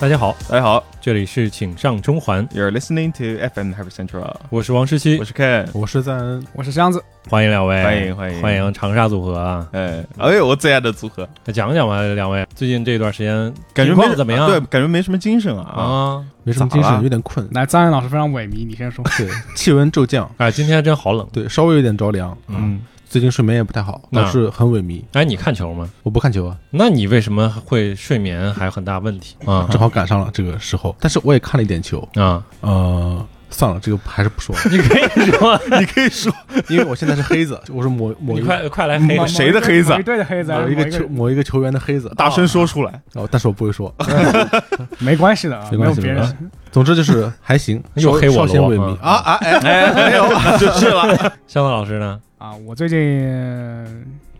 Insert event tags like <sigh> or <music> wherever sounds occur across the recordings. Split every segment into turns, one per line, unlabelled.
大家好，
大家好
这里是请上中环，
，You're listening to FM Hyper Central，
我是王十七
我，是 Ken，
我是在
我是箱子，
欢迎两位，
欢迎欢迎
哎欢迎长沙组合啊！
哎，哎呦，我最爱的组合，
那讲讲吧，两位最近这段时间
感觉
情况
没
怎么样？
啊对，感觉没什么精神啊，
啊，
没什么精
咋了
神，有点困，
来，张岩老师非常萎靡，你先说。
<laughs> 对，气温骤降，
哎，今天真好冷。
对，稍微有点着凉，
嗯，
最近睡眠也不太好，
那
导致很萎靡。
哎，你看球吗？
我不看球啊，
那你为什么会睡眠还有很大问题啊
正好赶上了这个时候，但是我也看了一点球，
<laughs>
啊？，
呃，算了，这个还是不说了
你可以说，
嗯你可以说
因为我现在是黑子，我是某某
你
一个
快快来哎黑
某
我
某
谁的黑子
某一队的黑子，
某一
个
个球某一个球员的黑子，
大声说出来，
哦，但是我不会说。
没关系的啊，
没
没有
关系
别
没
人。
总之就是还行，
又黑我
稍
了
稍显萎靡
我
嗯
啊啊哎，
哎，没有，就是了，
香子老师呢？
啊，我最近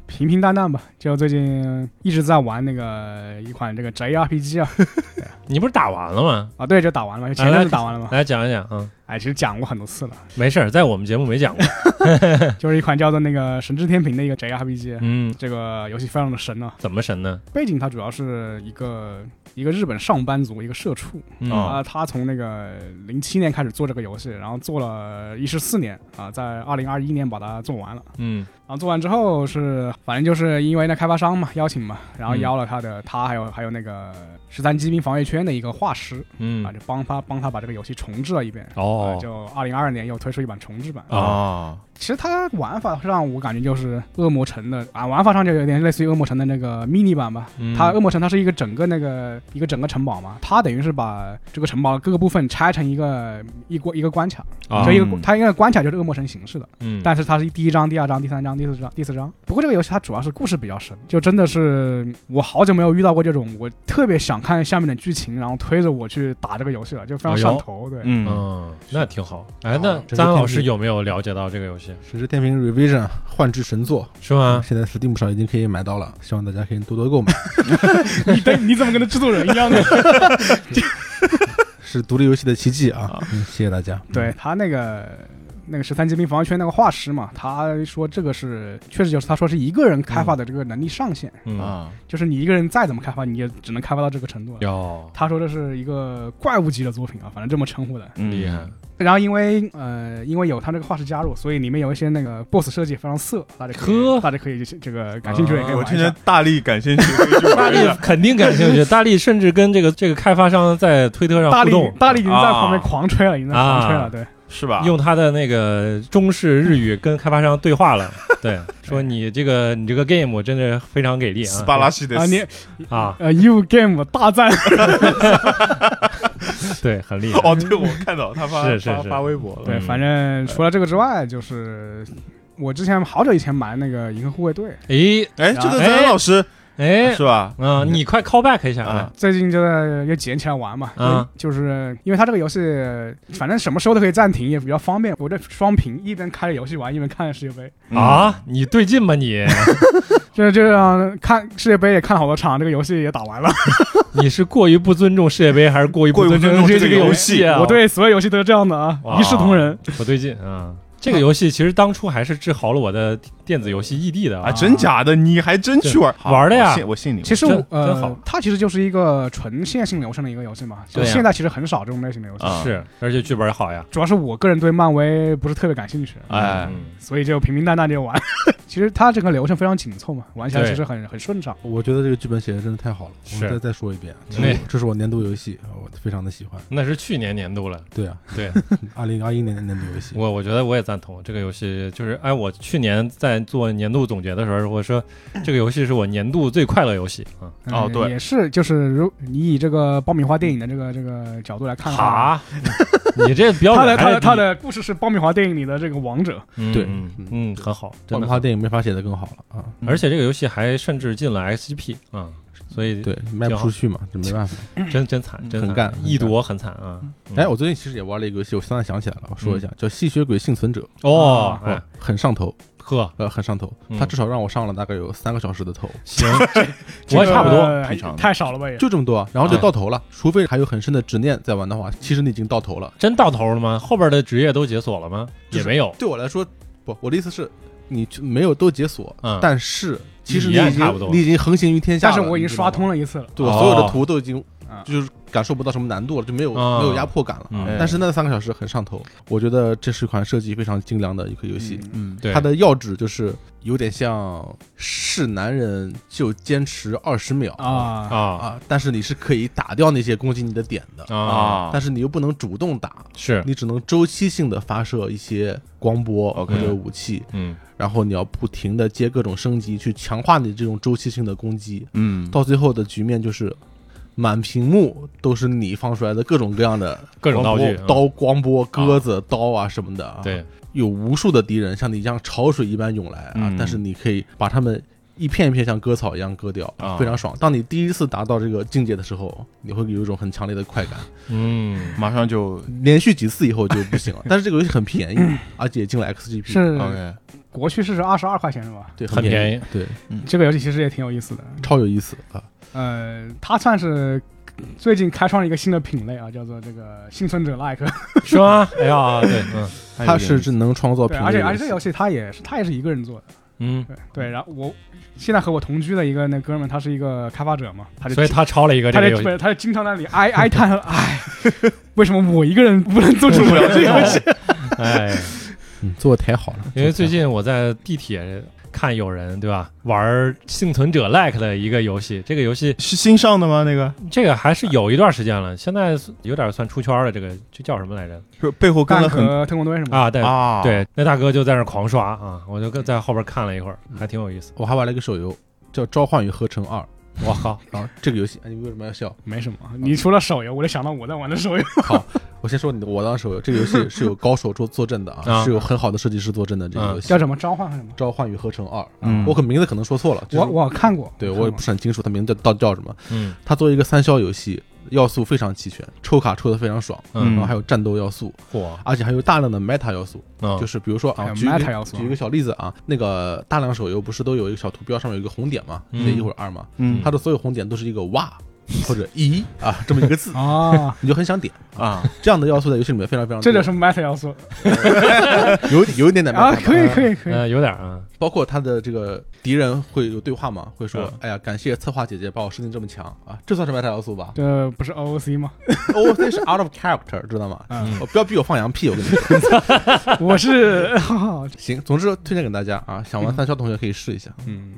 平平淡淡吧，就最近一直在玩那个一款这个 JRPG 啊， <laughs>
你不是打完了吗？
啊对，就打完了嘛，就前阵子打完了嘛。
来讲一讲啊。
哎，其实讲过很多次了，
没事儿，在我们节目没
<laughs>
讲过。
就是一款叫做那个《神之天平》的一个 JRPG。
嗯，
这个游戏非常的神啊，
怎么神呢？
背景它主要是一个一个日本上班族，一个社畜，
嗯
哦
啊，他从那个零七年开始做这个游戏，然后做了一十四年啊，在二零二一年把它做完了。
嗯
然后做完之后是，反正就是因为那开发商嘛邀请嘛，然后
嗯
邀了他的他还有还有那个十三机兵防御圈的一个画师啊，
嗯
就帮他帮他把这个游戏重置了一遍。啊
哦
就二零二二年又推出一版重置版
啊
哦，
其实它玩法上我感觉就是恶魔城的啊，玩法上就有点类似于恶魔城的那个 mini 版吧，
嗯
它恶魔城它是一个整个那个一个整个城堡嘛，它等于是把这个城堡各个部分拆成一个一关一个关卡，
啊
就一个
嗯
它一个关卡就是恶魔城形式的，
嗯
但是它是第一章、第二章、第三章、第四章、第四章。不过这个游戏它主要是故事比较深，就真的是我好久没有遇到过这种我特别想看下面的剧情，然后推着我去打这个游戏了，就非常上头。 <laughs> 对，
嗯，
嗯，那挺好。哎，那
这是
张
天
老师
赋
有没有了解到这个游戏？
《神之天平 Revision》幻制神作，
是吗？
现在 Steam 上已经可以买到了，希望大家可以多多购买。
你对你怎么跟那制作人一
<laughs>
样呢？
是独立游戏的奇迹啊
啊！
嗯谢谢大家。
对他那个那个十三级兵防御圈那个画师嘛，他说这个是确实就是他说是一个人开发的这个能力上限，
嗯，
啊，
就是你一个人再怎么开发，你也只能开发到这个程度了。
哟，
他说这是一个怪物级的作品啊，反正这么称呼的。
嗯
厉害，
然后因为呃，因为有他这个画师加入，所以里面有一些那个 BOSS 设计非常色，大家可
呵
以大家可以这个感兴趣的也可以
啊
我
玩
听
一
见
下。
大力感兴趣，可以去
大
玩一
力
下
肯定感兴趣，大力甚至跟这个这个开发商在推特上
大
互
力
动，
大力已经在旁边
啊
狂吹了，已经在狂吹
啊
了，对。
是吧？
用他的那个中式日语跟开发商对话了，对，说你这个你这个 game 真的非常给力啊，嗯
斯巴拉西的
啊，你
啊，
呃，You Game 大战，
对，很厉害，
哦，对，我看到他发
是是
发
是
发微博了，
对，
嗯
反正除了这个之外，就是我之前好久以前买那个《银河护卫队》，
诶
哎，这个张
哎
老师
诶，
是吧？
啊，你快 call back 一下啊
啊，
最近就在又捡起来玩嘛。
啊
就是因为它这个游戏，反正什么时候都可以暂停，也比较方便。我这双屏一边开着游戏玩，一边看着世界杯，
嗯
啊，你对劲吧你？ <laughs>
这这样看世界杯也看了好多场，这个游戏也打
<laughs>
完了。
你是过于不尊重世界杯，还是过于
过于
尊
不尊重
这
这
个
个游
戏
戏
啊？
我对所有游戏都是这样的啊，
哇
一视同仁。
<laughs> 不对劲啊！这个游戏其实当初还是治好了我的电子游戏异地的
啊，真假的，你还真去玩
对玩的呀
好我信我信你，
其实
真
我
真好
呃，它其实就是一个纯线性流程的一个游戏嘛，就
对呀
现在其实很少这种类型的游戏。
啊
是，而且剧本好呀。
主要是我个人对漫威不是特别感兴趣，
哎，
嗯
所以就平平淡淡就玩。 <laughs> 其实它整个流程非常紧凑嘛，玩起来
对
其实很很顺畅。
我觉得这个剧本写的真的太好了，
是
我再再说一遍，
嗯
这是我这是我年度游戏，我非常的喜欢。
那是去年年度了，
对啊，
对
二零二一年的年度游戏，
我我觉得我也赞同这个游戏，就是哎，我去年在做年度总结的时候，我说这个游戏是我年度最快乐游戏啊。
嗯
哦对
也是，就是如你以这个爆米花电影的这个这个角度来看的话，
哈， <laughs> 你这标
他
准
的他
还
的
是
他的故事是爆米花电影里的这个王者，
低
对
嗯嗯
嗯
嗯很好，真
爆米
的
花
好。
电影没法写的更好了啊。
而且这个游戏还甚至进了 SGP 啊，所以
对，卖不出去嘛，这没办法。
真真惨，真
很干
惨，一夺很惨啊。嗯
哎，我最近其实也玩了一个游戏，我现在想起来了，我说一下，叫《吸血鬼幸存者》，
哦，
啊
哎
很上头，
呵，
呃，很上头
嗯。
它至少让我上了大概有三个小时的头，
行，
这
我
个
也差不多。
还
挺长的
呃太少了吧也。
就这么多啊，然后就
啊
到头了。除非还有很深的执念在玩的话，
嗯
其实你已经到头了。
真到头了吗？后边的职业都解锁了吗？
就
也
是
没有，
对我来说，不，我的意思是，你去没有都解锁，
嗯
但是其实你
也
已
差不多
经你已经横行于天下
但
了，
是我已经
你知道
刷
吗，
通了一次了，
对，
哦
我所有的图都已经
嗯
就是感受不到什么难度了，就没有
啊
没有压迫感了。
嗯
但是那三个小时很上头，我觉得这是一款设计非常精良的一个游戏。
嗯
嗯，
对，
它的要旨就是有点像是男人就坚持二十秒
啊，
啊
啊，但是你是可以打掉那些攻击你的点的，
啊
但是你又不能主动打，
是，
你只能周期性的发射一些光波
OK
或者武器，
嗯
然后你要不停的接各种升级，去强化你这种周期性的攻击。
嗯，
到最后的局面就是满屏幕都是你放出来的各种各样的
各种道
光波
具嗯
刀、光波、鸽子、刀啊什么的啊。，
对，
有无数的敌人像你一样潮水一般涌来啊
嗯，
但是你可以把他们。一片一片像割草一样割掉
啊，
非常爽。当你第一次达到这个境界的时候，你会有一种很强烈的快感。
嗯
马上就
连续几次以后就不行了。但是这个游戏很便
嗯
宜，而且进了 XGP，
是
OK，
国区是二十二块钱是吧？
啊对，
很
便
便宜，
对，
这个游戏其实也挺有意思的，
超有意思啊！
呃，它算是最近开创了一个新的品类啊，叫做这个幸存者 like。
是吗？哎呀，对，嗯
它是只能创造
对，
品味的
而且
游戏，
而且这个游戏它也是它也是一个人做的。
嗯。
对对，然后我现在和我同居的一个那哥们儿，他是一个开发者嘛，他就
所以他抄了一个这
他
个
就
游戏
不，是他就经常在那里哀哀叹，哎，为什么我一个人不能
<laughs>
做出了这个游戏？
哎，
嗯做的太好了。
因为最
近
近我在地铁看有人对吧玩《幸存者 Like》的一个游戏，这个游戏
是新上的吗？那个
这个还是有一段时间了，现在有点算出圈了。这个这叫什么来着？
是背后跟
干
了很
和特工队是吗？
啊，对
啊，，
对，那大哥就在那狂刷啊，我就跟在后边看了一会儿，还挺有意思。
我还玩了一个手游叫《召唤与合成二
嗯
我靠，》
啊，这个游戏，哎你为什么要笑？
没什么，啊你除了手游，我就想到我在玩的手游。
我先说你的，我当手游，这个游戏是有高手坐坐镇的
啊
啊，是有很好的设计师坐镇的。这个游戏
叫什么召唤还是什么
《召唤与合成二》，
嗯
我可名字可能说错了，就是
我我看过，
对
看过
我也不是很清楚它名字到底叫什么。
嗯
它作为一个三消游戏，要素非常齐全，抽卡抽的非常爽，然
嗯
后，还有战斗要素，
嚯，
而且还有大量的 meta 要素，
嗯
就是比如说
还
啊，
有
举一个
meta 要素啊，
举一个小例子啊，那个大量手游不是都有一个小图标，上面有一个红点嘛，
嗯
一一或者二嘛，
嗯
它的所有红点都是一个 <laughs> 哇或者一啊这么一个字
啊，
你就很想点
啊，
这样的要素在游戏里面非常非常
这
多，
就是 meta 要素
有 <laughs> 有一点点 meta
啊，
嘛
可以可以可以，
呃，有点啊，
包括他的这个敌人会有对话嘛，会说
嗯
哎呀感谢策划姐姐把我设定这么强啊，这算是 meta 要素吧
这不是 OOC 吗？
？O C 是 out of character 知道 <laughs> 吗？
嗯，
哦不要逼我放羊屁，我跟你说。
我是 <laughs>
行，总之推荐给大家啊，想玩三消的同学可以试一下。
嗯，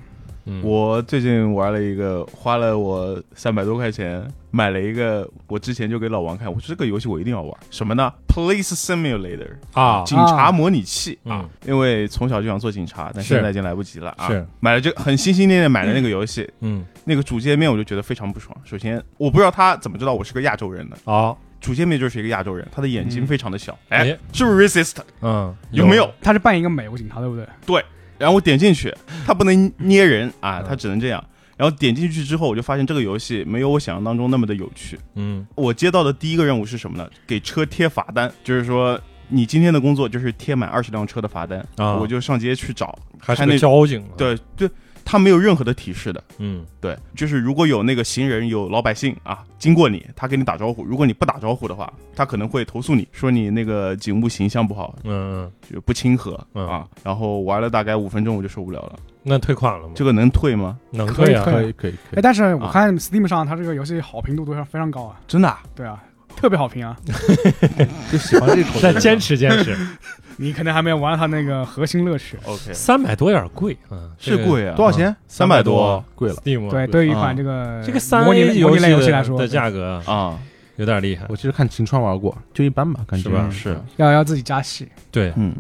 嗯
我最近玩了一个，花了我三百多块钱买了一个，我之前就给老王看，我说这个游戏我一定要玩，什么呢？Police Simulator，
啊
警察模拟器。啊
嗯
因为从小就想做警察，但
是
现在已经来不及了啊！
是
买了这个很心心念念买的那个游戏，
嗯，
那个主界面我就觉得非常不爽。首先，我不知道他怎么知道我是个亚洲人的，
好，
主界面就是一个亚洲人，他的眼睛非常的小，哎、
哎，
是不是 racist？
嗯，
有没有？？
他是扮演一个美国警察，对不对？
然后我点进去，他不能捏人啊，
嗯
他只能这样。然后点进去之后，我就发现这个游戏没有我想象当中那么的有趣。
嗯
我接到的第一个任务是什么呢？给车贴罚单，就是说你今天的工作就是贴满二十辆车的罚单，
啊，嗯
我就上街去找。
还是
看
个
那
交警，，啊
对对，他没有任何的提示的。
嗯
对，就是如果有那个行人有老百姓啊经过你，他跟你打招呼，如果你不打招呼的话，他可能会投诉你说你那个警务形象不好，
嗯嗯，
就不亲和
嗯
啊。然后玩了大概五分钟我就受不了了，
那退款了吗？
这个能退吗？
能
可以
退啊？。
退
以可以
哎，，但是我看 Steam 上它这个游戏好评度都非常高啊，
真的啊、
对啊，特别好评啊。
就喜欢这口啊 <laughs>
再坚。持坚
<laughs>
持，
你可能还没有玩到它那个核心乐趣。
o k
三百多有点贵，嗯，
是贵啊，
多少钱？
三百多
贵了
？Steam
对，对于一款
啊
这个
这个三
模拟
A
模拟类游
戏
戏来说
的，价格
啊，
有点厉害
我，其实看秦川玩过，就一般吧，感觉
是吧
是，
要要自己加戏。
对，
嗯，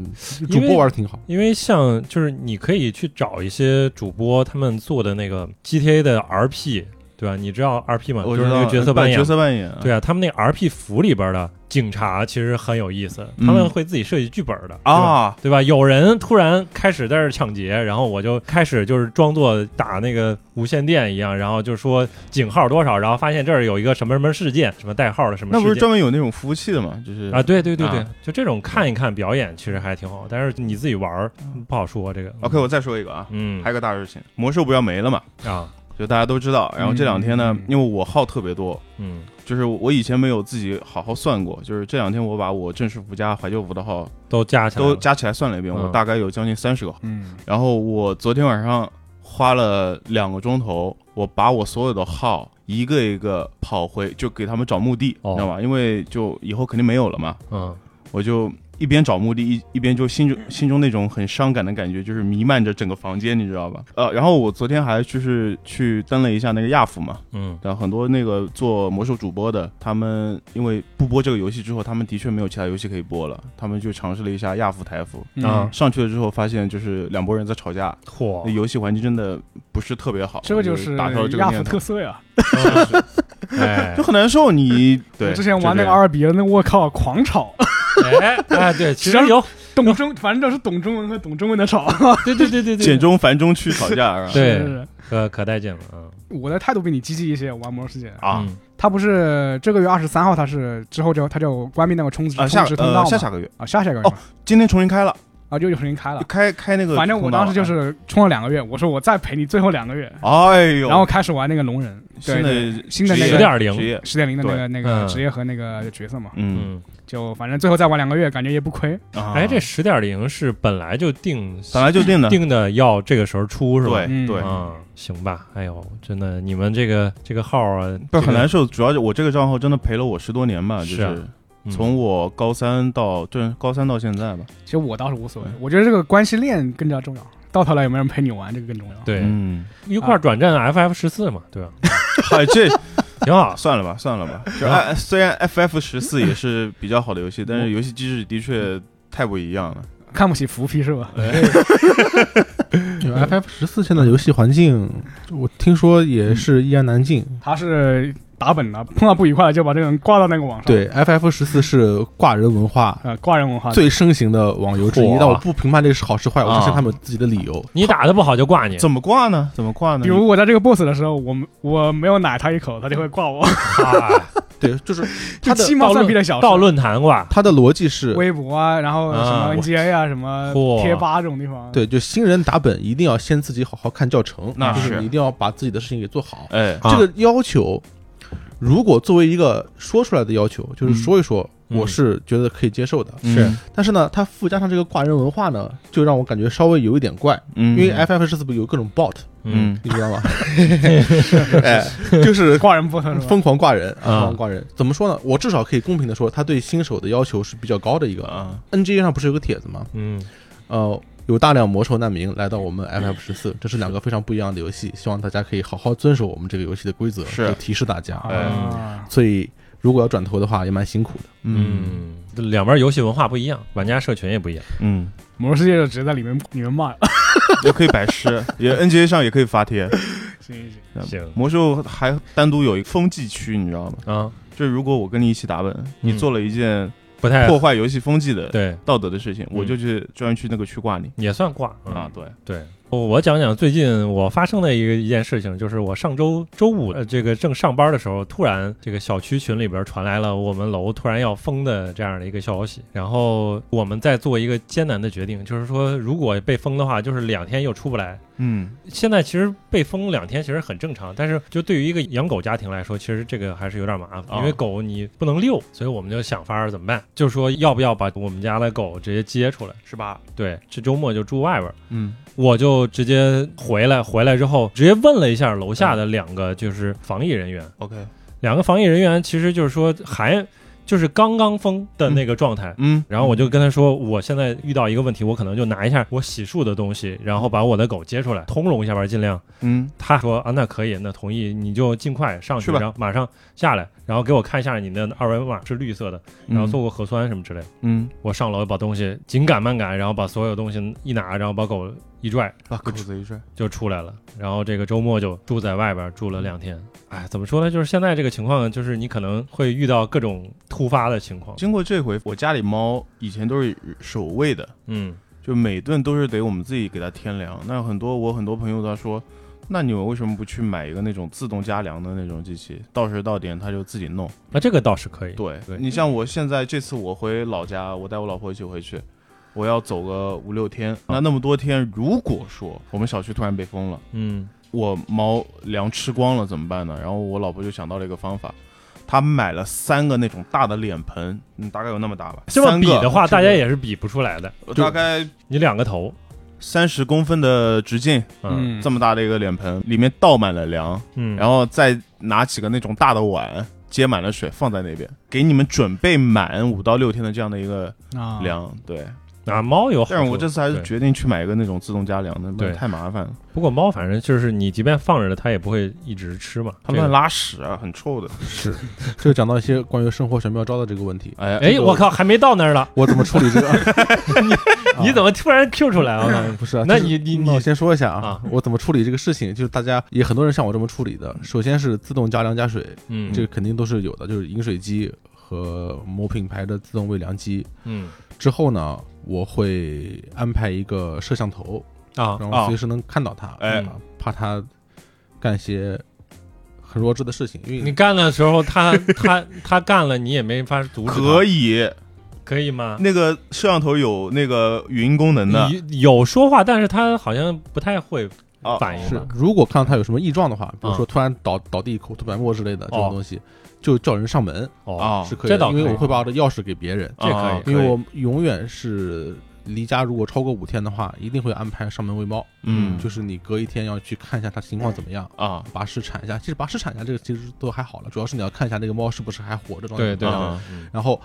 主播玩的挺好。
因为像就是你可以去找一些主播他们做的那个 GTA 的 RP，对吧？你知道 RP 吗？
我
就
知
是
道
那个角色扮演
角。色扮演，
对啊，他们那 RP 服里边的警察其实很有意思，他们会自己设计剧本的。对吧
嗯啊，
对吧？有人突然开始在这儿抢劫，然后我就开始就是装作打那个无线电一样，然后就说井号多少，然后发现这儿有一个什么什么事件，什么代号的什么
那
事
不是
件
专门有那种服务器的吗？就是
啊，对对对对，
啊
就这种看一看表演其实还挺好，但是你自己玩儿
嗯
不好说这个。
OK，我再说一个啊，
嗯，
还有个大事情，魔兽不要没了嘛，
啊，
就大家都知道。然后这两天呢
嗯，
因为我号特别多，
嗯，
就是我以前没有自己好好算过，就是这两天我把我正式服加怀旧服的号
都加起来
都
了
加起来算了一遍，
嗯
我大概有将近三十个号。
嗯，
然后我昨天晚上花了两个钟头，我把我所有的号一个一个跑回，就给他们找墓地，
哦
你知道吗？因为就以后肯定没有了嘛，
嗯，
我就一边找墓地，一一边就心中心中那种很伤感的感觉，就是弥漫着整个房间，你知道吧？呃，然后我昨天还就是去登了一下那个亚服嘛，
嗯，
然后很多那个做魔兽主播的，他们因为不播这个游戏之后，他们的确没有其他游戏可以播了，他们就尝试了一下亚服、台服。
啊
嗯，
上去了之后，发现就是两拨人在吵架，那
嚯，
游戏环境真的不是特别好。
这个
就
就是
打消了这个
亚服
念头
特色呀。
<laughs> 哎
就很难受。
<laughs>
你
我
对，
嗯之前玩
就这
那个
样
阿尔比恩，那我靠，狂吵，
哎哎，
<laughs>
对，其实有，
懂中反正都是懂中文和懂中文的吵。
对对对对对，
简中繁中去吵
<laughs>
架啊
对
是是是
可可带劲了，嗯
我的态度比你积极一些，我玩魔兽世界。
啊
嗯
他不是这个月二十三号，他是之后就他就关闭那个充值
啊！
充
下
值通道
呃
嘛
下下个月，
啊下下个月嘛
今天重新开了，
啊就又重新开了。
开开那个通道了。啊
反正我当时就是充了两个月，我说我再陪你最后两
<laughs>
个月，
哎呦，
然后开始玩那个龙人，
新
对对
的
新的那
十
职业
个
点零
职业，
十点零的那个那
嗯
个职业和那个角色嘛，
嗯，
嗯，
就反正最后再玩两个月，感觉也不亏。
啊
哎，这十点零是本来就定
本来就定的，
定的要这个时候出是吧？
对
嗯
对，
啊，行吧，哎呦，真的，你们这个这个号啊，
不是很难
这
受。主要是我这个账号真的陪了我十多年吧，就是
啊
是
嗯
从我高三到对高三到现在吧。
其实我倒是无所
嗯
谓，我觉得这个关系链更加重要，到头来有没有人陪你玩这个更重要。
个对
嗯， <laughs>
一块儿转战 FF 十四嘛，对吧？
哎，这，
挺好
啊算了吧，算了吧。就
行
哎虽然 FF 十四也是比较好的游戏，但是游戏机制的确太不一样了。
看不起服皮是吧？
FF 十四现在游戏环境，我听说也是一言难尽。
嗯
他是打本的，碰到不愉快就把这个人挂到那个网上。
对，FF 十四是挂人文化
呃，挂人文
啊
化
最盛行的网游之一
嚯，
但我不评判这个是好是坏，我
啊
相信他们有自己的理由。
你打的不好就挂你，
怎么挂呢？怎么挂呢？
比如我在这个 boss 的时候，我们我没有奶他一口，他就会挂我。
<laughs>
啊
对，就是
就
<laughs> 他的
鸡毛蒜皮的小事
到论坛挂，
他的逻辑是，
微博啊，然后什
啊
么
我
NGA 啊，什么
嚯
贴吧这种地方。，
对，就新人打本一定要先自己好好看教程，
那
就是是你一定要把自己的事情给做好。
哎，
啊
这个要求，如果作为一个说出来的要求，就是说一说，
嗯
我是觉得可以接受的。
是
嗯
但是呢，它附加上这个挂人文化呢，就让我感觉稍微有一点怪，
嗯
因为 FF 十四不有各种 bot，
嗯，
嗯
你
<laughs>
知道吗？哎，就是
挂人 boss 是吧？
疯狂挂人，
啊
疯狂挂人。怎么说呢？我至少可以公平的说，他对新手的要求是比较高的一个。
啊
NGA 上不是有个帖子吗？
嗯，
呃，有大量魔兽难民来到我们
嗯
FF 十四，这是两个非常不一样的游戏，希望大家可以好好遵守我们这个游戏的规则，
是
就提示大家。
啊，
所以如果要转头的话，也蛮辛苦的。
嗯
嗯，两边游戏文化不一样，玩家社群也不一样，
嗯，
魔兽世界就直接在里面里面骂。
也可以摆尸，也 NGA 上也可以发帖。
行行行，
行
魔兽还单独有一个风纪区，你知道吗？
啊，
就是如果我跟你一起打本，你做了一件
不太
破坏游戏风纪的
哎对，
道德的事情，
嗯
我就去专门去那个区挂你
也算挂
啊。对，
对，我讲讲最近我发生的一个一件事情，就是我上周周五呃，这个正上班的时候，突然这个小区群里边传来了我们楼突然要封的这样的一个消息，然后我们在做一个艰难的决定，就是说如果被封的话，就是两天又出不来。
嗯
现在其实被封两天其实很正常，但是就对于一个养狗家庭来说，其实这个还是有点麻烦，
啊
因为狗你不能遛，所以我们就想法儿怎么办，就说要不要把我们家的狗直接接出来？
是吧？
对，这周末就住外边儿。
嗯
我就直接回来，回来之后直接问了一下楼下的两个就是防疫人员，
，OK，
两个防疫人员其实就是说还就是刚刚封的那个状态。
嗯，
然后我就跟他说，我现在遇到一个问题，我可能就拿一下我洗漱的东西，然后把我的狗接出来，通融一下吧，尽量。
嗯
他说啊，那可以，那同意，你就尽快上去，
是吧
然后马上下来，然后给我看一下你的二维码是绿色的，
嗯
然后做过核酸什么之类的。
嗯
我上楼把东西紧赶慢赶，然后把所有东西一拿，然后把狗一拽，
把啊口子一拽，
就出来了，然后这个周末就住在外边儿住了两天。哎，怎么说呢？就是现在这个情况，就是你可能会遇到各种突发的情况。
经过这回，我家里猫以前都是守卫的，
嗯，
就每顿都是得我们自己给它添粮。那很多我很多朋友他说，那你们为什么不去买一个那种自动加粮的那种机器？到时到点它就自己弄。
那这个倒是可以。
哎对
对
你像我现在这次我回老家，我带我老婆一起回去，我要走个五六天。那那么多天，如果说我们小区突然被封了，
嗯，
我猫粮吃光了怎么办呢？然后我老婆就想到了一个方法。她买了三个那种大的脸盆，嗯，大概有那么大吧。
这么比
三个呃
的话，大家也是比不出来的。
我大概
你两个头，
三十公分的直径，
嗯
这么大的一个脸盆，里面倒满了粮，
嗯，
然后再拿几个那种大的碗。接满了水放在那边，给你们准备满五到六天的这样的一个
啊，
粮，对。
啊猫有好处，
但是我这次还是
对
决定去买一个那种自动加粮的，不
对
然太麻烦了，
不过猫反正就是你即便放着了，它也不会一直吃嘛。
它
这
乱
个
拉屎啊，很臭的。
是，这个讲到一些关于生活神妙招的这个问题，
哎，
哎，我靠，还没到那儿呢，
我怎么处理这个？
<laughs> 你怎么突然 Q 出来了
啊
呢？
不是啊？
那
就是
你你
那
你
我先说一下啊
啊，
我怎么处理这个事情，就是大家也很多人像我这么处理的。首先是自动加粮加水，
嗯
这个肯定都是有的，就是饮水机和某品牌的自动喂粮机。
嗯
之后呢，我会安排一个摄像头，
啊
然
啊
后随时能看到它，
哎
啊怕它干一些很弱智的事情，因
你
为
干的时候，他他他干了，你也没法阻止他，
可以，
可以吗？
那个摄像头有那个语音功能的，
你有说话，但是他好像不太会
哦
反应
是
吧。
如果看到它有什么异状的话，比如
嗯
说突然倒倒地、口吐白沫之类的这
哦
种东西，就叫人上门
哦，
啊，
是可以
这
的，
倒
因为
可以哦
我会把我的钥匙给别人。
这可以
啊
因为我永远是离家如果超过五天的话，一定会安排上门喂猫，
嗯
就是你隔一天要去看一下它情况怎么样，
啊
把屎铲一下。其实把屎铲一下这个其实都还好了，主要是你要看一下那个猫是不是还活着状态。
对对嗯
啊
对，
然后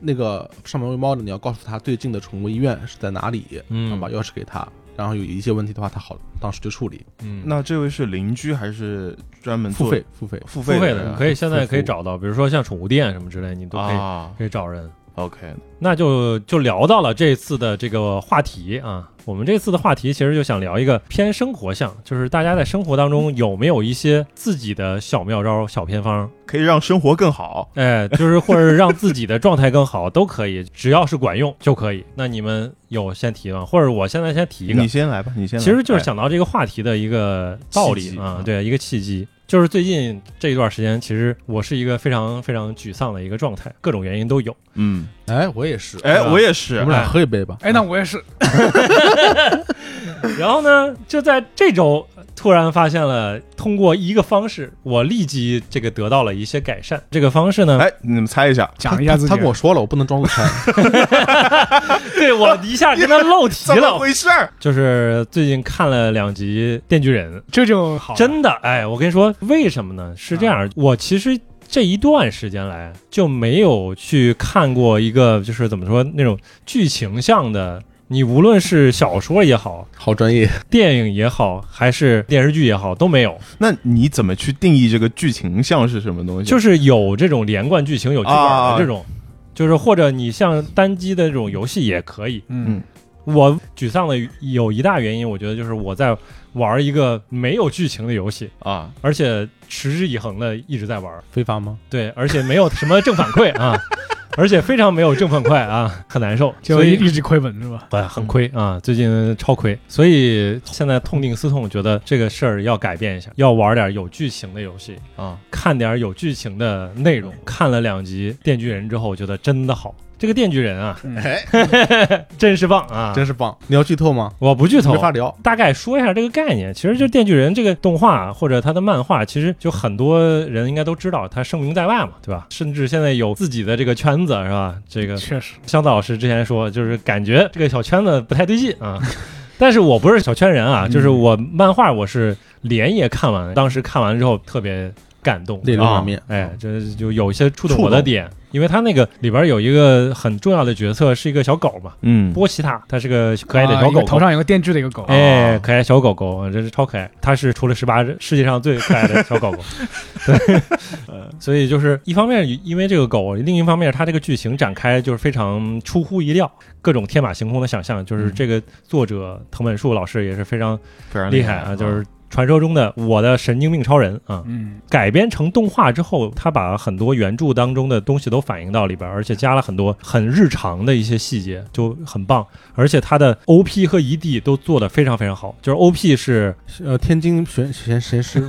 那个上门喂猫的，你要告诉他最近的宠物医院是在哪里，然后
嗯
把钥匙给他。然后有一些问题的话，他好当时就处理，
嗯，
那这位是邻居还是专门做
付费付费。
付
付
费
费
人
的
啊
可以，现在可以
付
找到，比如说像宠物店什么之类，你都可以
啊
可以找人。
？OK，
那就就聊到了这次的这个话题啊。我们这次的话题其实就想聊一个偏生活向，就是大家在生活当中有没有一些自己的小妙招、小偏方，
可以让生活更好。
哎，就是或者让自己的状态更好都可以，只要是管用就可以。那你们有先提吗？或者我现在先提一个
你，先来吧，你先来。
其实就是
哎
想到这个话题的一个道
契
理
机
啊
啊，
对，一个契机。就是最近这一段时间，其实我是一个非常非常沮丧的一个状态，各种原因都有。
嗯，
哎，我也是，
哎，
吧
我也是
我们，俩喝一杯吧。
哎，那我也是，
然后呢，就在这周突然发现了，通过一个方式，我立即这个得到了一些改善。这个方式呢，
哎，你们猜一下，
讲一下自己。啊
他跟我说了，我不能装不开。
对我一下
<laughs>
跟他漏题
怎么
了。
回事儿？
就是最近看了两集《电锯人》，
这就好了，
真的，哎，我跟你说，为什么呢？是这
嗯
样，我其实这一段时间来就没有去看过一个，就是怎么说那种剧情向的。你无论是小说也好，
好专业，
电影也好，还是电视剧也好，都没有，
那你怎么去定义这个剧情像是什么东西？
就是是有这种连贯剧情、有剧本
啊
的这种，就是或者你像单机的这种游戏也可以。
嗯，
我沮丧的有一大原因，我觉得就是我在玩一个没有剧情的游戏，
啊，
而且持之以恒的一直在玩。
非法吗？
对，而且没有什么正反馈
<laughs>
啊，而且非常没有正反馈啊，很难受，
就
所
一
以。
一直亏本是吧？
哎，
嗯
很亏啊！最近超亏，所以现在痛定思痛，觉得这个事儿要改变一下，要玩点有剧情的游戏
啊，
看点有剧情的内容。看了两集《电锯人》之后，我觉得真的好，这个电锯人啊，
嗯
哎，
<laughs> 真是棒啊！
真是棒！你要剧透吗？
我不剧透
没，法聊。
大概说一下这个概念，其实就《电锯人》这个动画或者它的漫画，其实就很多人应该都知道，它声名在外嘛，对吧？甚至现在有自己的这个圈子，是吧？这个
确实，
香子老师之前说，就是感觉这个小圈子不太对劲
<laughs>
啊。但是我不是小圈人
嗯
啊，就是我漫画我是连夜看完，当时看完之后特别感动，
泪流满面。哦嗯
哎，这就有一些触动我的点，因为它那个里边有一个很重要的角色是一个小狗嘛，
嗯，
波奇塔，它是个可爱的小
啊一个
狗狗
头，上有个电锯的一个狗，
哎，可爱小狗狗，啊真是超可爱。它是除了十八世界上最可爱的小狗狗。对，所以就是一方面因为这个狗，另一方面它这个剧情展开就是非常出乎意料，各种天马行空的想象。就是这个作者藤本树老师也是非常
非常
厉害
害
啊，就是传说中的我的神经病超人啊。
嗯，
改编成动画之后，他把很多原著当中的东西都反映到里边，而且加了很多很日常的一些细节，就很棒。而且他的 OP 和 ED 都做得非常非常好，就是 OP 是
呃，天津玄玄谁师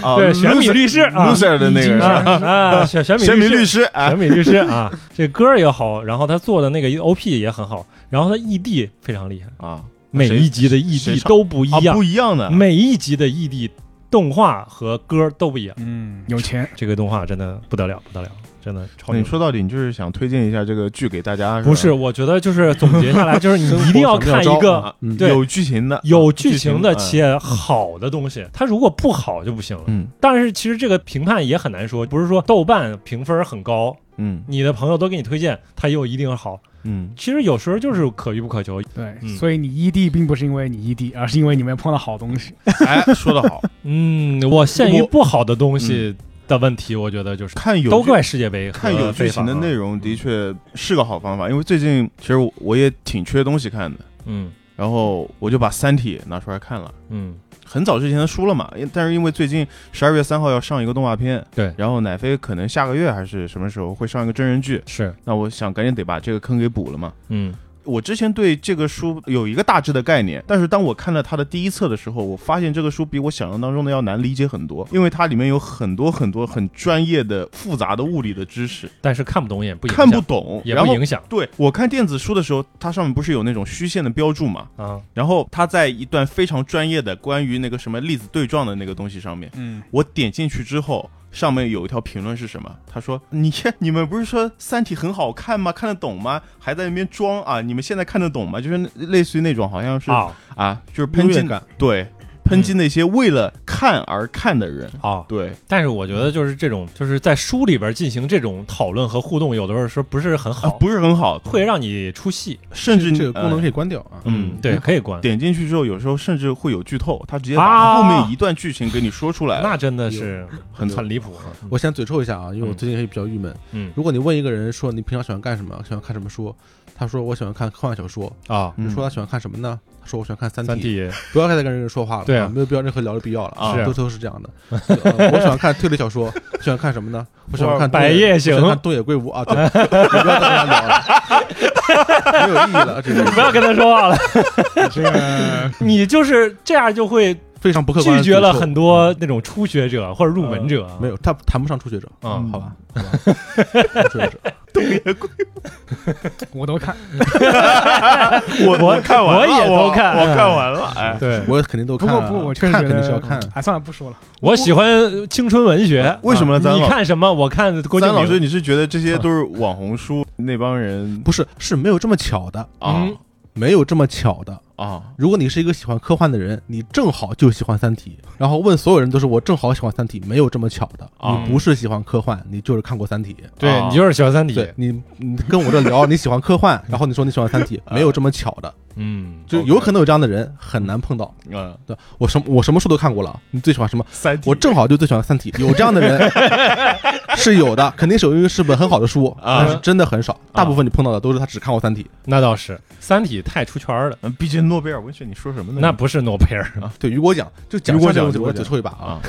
啊
对选米律师啊
loser 的那个
啊
人，
啊选选
选
米
米律
师。
师啊
选米律师啊，这歌儿也好，然后他做的那个 OP 也很好，然后他 ED 非常厉害，
啊，
每一集的
谁
ED
唱
都不一
啊
样
不，一样的，
每一集的 ED 动画和歌儿都不一样。
嗯，有钱，
这个动画真的不得了，不得了。真的超
那
牛
你
逼。
说到底，你就是想推荐一下这个剧给大家？
不
是
是，
吧，
我觉得就是总结下来，就是你一定要看一个
啊
嗯
对
有剧情的，
有剧情的
嗯
且好的东西，它如果不好就不行了。
嗯
但是其实这个评判也很难说，不是说豆瓣评分很高，
嗯
你的朋友都给你推荐，它又一定好。
嗯，
其实有时候就是可遇不可求。
对，
嗯
所以你异地并不是因为你异地，而是因为你没碰到好东 <laughs> 西。
<laughs> 哎，说得好，
嗯，我限于不好的东西的问题，我觉得就是
<laughs> 看嗯有
都
剧
怪世界杯和
看有剧
非
情
法
的
啊
内容的确是个好方法，因为最近其实我我也挺缺东西看的，
嗯
然后我就把《三体》拿出来看了。
嗯
很早之前输了嘛，因但是因为最近十二月三号要上一个动画片，
对
然后奶飞可能下个月还是什么时候会上一个真人剧，
是
那我想赶紧得把这个坑给补了嘛。
嗯
我之前对这个书有一个大致的概念，但是当我看了它的第一册的时候，我发现这个书比我想象当中的要难理解很多，因为它里面有很多很多很专业的复杂的物理的知识，
但是看不懂也不影响
看不懂，
也
然
不
后
影响
对我看电子书的时候，它上面不是有那种虚线的标注嘛？
啊，
然后它在一段非常专业的关于那个什么粒子对撞的那个东西上面，
嗯，
我点进去之后，上面有一条评论是什么？他说：“你看，你们不是说《三体》很好看吗？看得懂吗？还在那边装啊？你们现在看得懂吗？就是类似于那种好像是啊
啊
就是抨
优越
击
感
对抨击那些为了看而看的人。
啊！
对，
但是我觉得就是这种，就是在书里边进行这种讨论和互动，有的时候是不是很
啊
好，
不是很好，
会让你出戏。
甚至
这个功能
呃
可以关掉啊。
嗯
对，可以关，
点进去之后，有时候甚至会有剧透，他直接把
啊
后面一段剧情给你说出来了，
那真的是
很
很离谱啊。
我先嘴臭一下啊，因为我
嗯
最近也比较郁闷。
嗯
如果你问一个人说你平常喜欢干什么，喜欢看什么书，他说我喜欢看科幻小说，
啊，
你
嗯
说他喜欢看什么呢？他说我喜欢看《三
三
体》。
体
不要再跟人说话了，
对啊
没有必要任何聊的必要了
是啊
都都是这样的。呃我喜欢看推理小说，喜欢看什么呢？我喜欢看东
百
野
哦夜
我喜欢
行
看东野圭吾啊，对， <laughs> 你不要再跟他聊了，没有意义了，啊这
不
个呃
要跟他说
<laughs>
话了，
这个
你就是这样就会
非常不客观。
拒绝了很多那种初学者或者入门
啊
者。
没有，他谈不上初学者，
嗯
好吧，好吧初学者，
我都看，
我
我
看完了，
我也都看
我看完了，哎，
对，
我肯定都
不
看
过
啊。
不，我确实
看
觉
肯定是要看
得，。哎，算了，不说了。
我喜欢青春文学，
为什么呢
啊
咱
你
老
看什么？我看郭敬
三老
明啊
师，你是觉得这些都是网红书那帮人
不是，是没有这么巧的，
啊
嗯
没有这么巧的。
啊？
如果你是一个喜欢科幻的人，你正好就喜欢《三体》，然后问所有人都是我正好喜欢《三体》，没有这么巧的。
啊
你不是喜欢科幻，你就是看过《三体》。
对
啊
你就是喜欢三
对
体，
你，你跟我这聊你喜欢科幻，然后你说你喜欢《三体》，没有这么巧
<laughs>
的，
嗯，
就
OK
有可能有这样的人，很难碰到。
嗯，
对我什么我什么书都看过了，你最喜欢什么？
三体
我正好就最喜欢《三
<laughs>
体》，有这样的人 <laughs> 是有的，肯定是有，因为是本很好的书，
啊
但是真的很少，大部分你碰到的都是他只看过《三体》。
那倒是，三体太出圈了，
嗯毕竟诺贝尔文学，你说什么呢？
那不是诺贝尔，
对雨果奖，就奖
雨果
项这
奖
个东西，
雨果
我只
奖
抽一把啊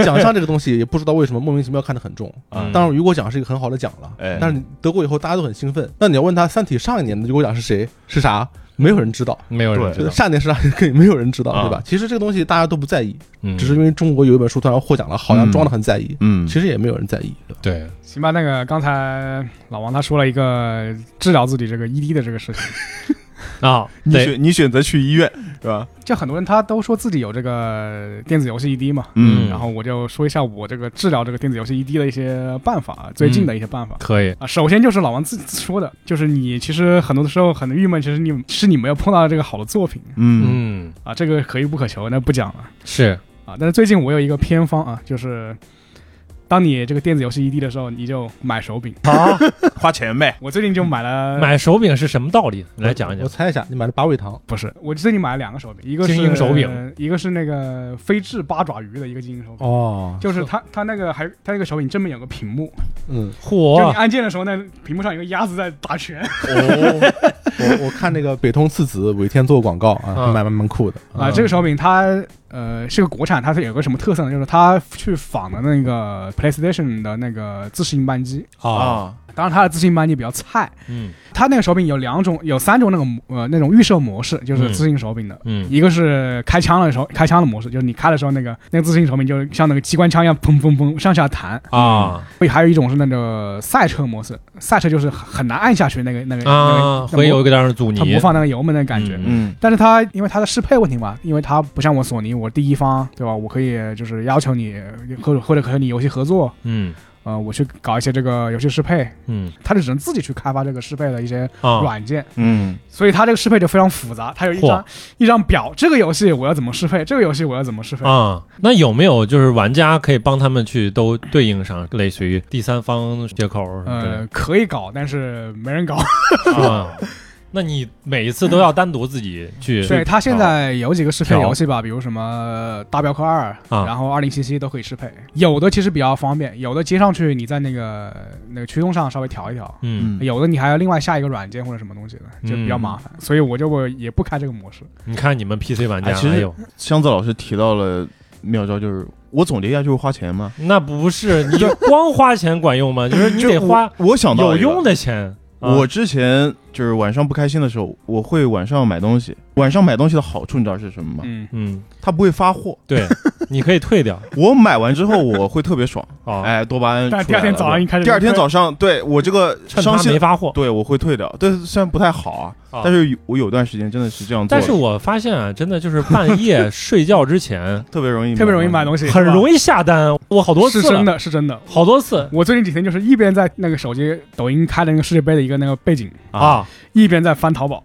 啊。
奖项这个东西也不知道为什么莫名其妙看得很重。
嗯
当然，雨果奖是一个很好的奖了，
哎
但是你得过以后大家都很兴奋。那你要问他《三体》上一年的雨果奖是谁是啥，没有人知道。
没有人
对
知
就是
道，
上一年是啥， <laughs> 肯定没有人知道，
啊
对吧？其实这个东西大家都不在意，
嗯
只是因为中国有一本书突然获奖了，好像装的很在意，
嗯
其实也没有人在意。对吧
对，
行吧，那个刚才老王他说了一个治疗自己这个 ED 的这个事情，
啊，
你
对，
选你选择去医院是吧？
就很多人他都说自己有这个电子游戏 ED 嘛，
嗯
然后我就说一下我这个治疗这个电子游戏 ED 的一些办法，最近的一些办法。
可以，
啊，首先就是老王自己说的，就是你其实很多的时候很郁闷，其实你是你没有碰到这个好的作品
嗯
嗯，
啊，这个可遇不可求，那不讲了
是，
啊。但是最近我有一个偏方啊，就是当你这个电子游戏 ED 的时候，你就买手柄。
好，
花钱呗，
我最近就买了，
哎买手柄是什么道理？你来讲一
我
讲，
猜一下，你买了八味堂，
不是，我最近买了两个手柄，一个是
精英手柄，
一个是那个飞智八爪鱼的一个精英手柄。
哦，
就是它，它那个还，它那个手柄正面有个屏幕，
嗯，
就你
嚯，
按键的时候，那屏幕上有个鸭子在打拳
哦，我我看那个北通次子尾天做广告啊，
嗯
蛮蛮蛮酷的
啊。这个手柄它呃是个国产，它是有个什么特色呢？就是它去仿的那个 PlayStation 的那个自适应扳机，
啊，
啊，
当然它的自适应扳机比较菜，
嗯
它那个手柄有两种，有三种那种呃那种预设模式，就是
嗯
自适应手柄的。
嗯
一个是开枪的时候，开枪的模式，就是你开的时候，那个那个自适应手柄就像那个机关枪一样，砰砰砰上下弹。
啊
还有一种是那个赛车模式，赛车就是很很难按下去那个那个
啊，
那个
会有一个当时阻
它
尼
模，仿那个油门的感觉。
嗯
但是它因为它的适配问题嘛，因为它不像我索尼，我第一方对吧？我可以就是要求你或者或者和你游戏合作
嗯
呃，我去搞一些这个游戏适配，
嗯
他就只能自己去开发这个适配的一些
啊，
软件，
嗯，
所以他这个适配就非常复杂，他有一张
嚯
一张表，这个游戏我要怎么适配，这个游戏我要怎么适配，
啊，那有没有就是玩家可以帮他们去都对应上，类似于第三方接口什么之类
呃，可以搞，但是没人搞。
的
嗯
啊？那你每一次都要单独自己去
对，它现在有几个适配
调
游戏吧，比如什么《大镖客二》，
啊
然后《二零七七》都可以适配。有的其实比较方便，有的接上去你在那个那个驱动上稍微调一调，
嗯，
有的你还要另外下一个软件或者什么东西的，就比较
嗯
麻烦。所以我就我也不开这个模式。
你看你们 PC 玩家，
哎其实
哎呦，
箱子老师提到了妙招，就是我总结一下，就是花钱嘛，
那不是
<laughs>
你光花钱管用吗？就是你
就
得花
我我想到
有用
的。
的钱。啊
我之前就是晚上不开心的时候，我会晚上买东西。晚上买东西的好处你知道是什么吗？
嗯，
嗯，
它不会发货。
对，你可以退掉
我买完之后我会特别爽，
<laughs> 啊，
哎，多巴胺出来
但
了。
第二天早上一开始，
第二天早上，对我这个
趁
伤
他
心
没发货。
对，我会退掉。对，虽然不太好啊，
啊
但是有我有段时间真的是这样做，
但是我发现啊，真的就是半夜睡觉之
<laughs>
前
特别容易
特别容易买
西。
东西，
很容
易。
易下单，我好多次
是
了
真，的，是真的。
好多次
我最近几天就是一边在那个手机抖音开了那个世界杯的一个那个背景，
啊！
一边在翻淘宝。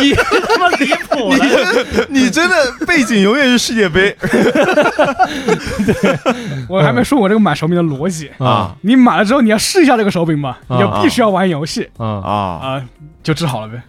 你他妈离谱了！
<laughs> 你真的背景永远是世界杯
<laughs> 我还没说我这个买手柄的逻辑。
<laughs> 啊
你买了之后，你要试一下这个手柄吧，
啊
你就必须要玩游戏
<laughs> 啊！
啊！
啊、就治好了呗。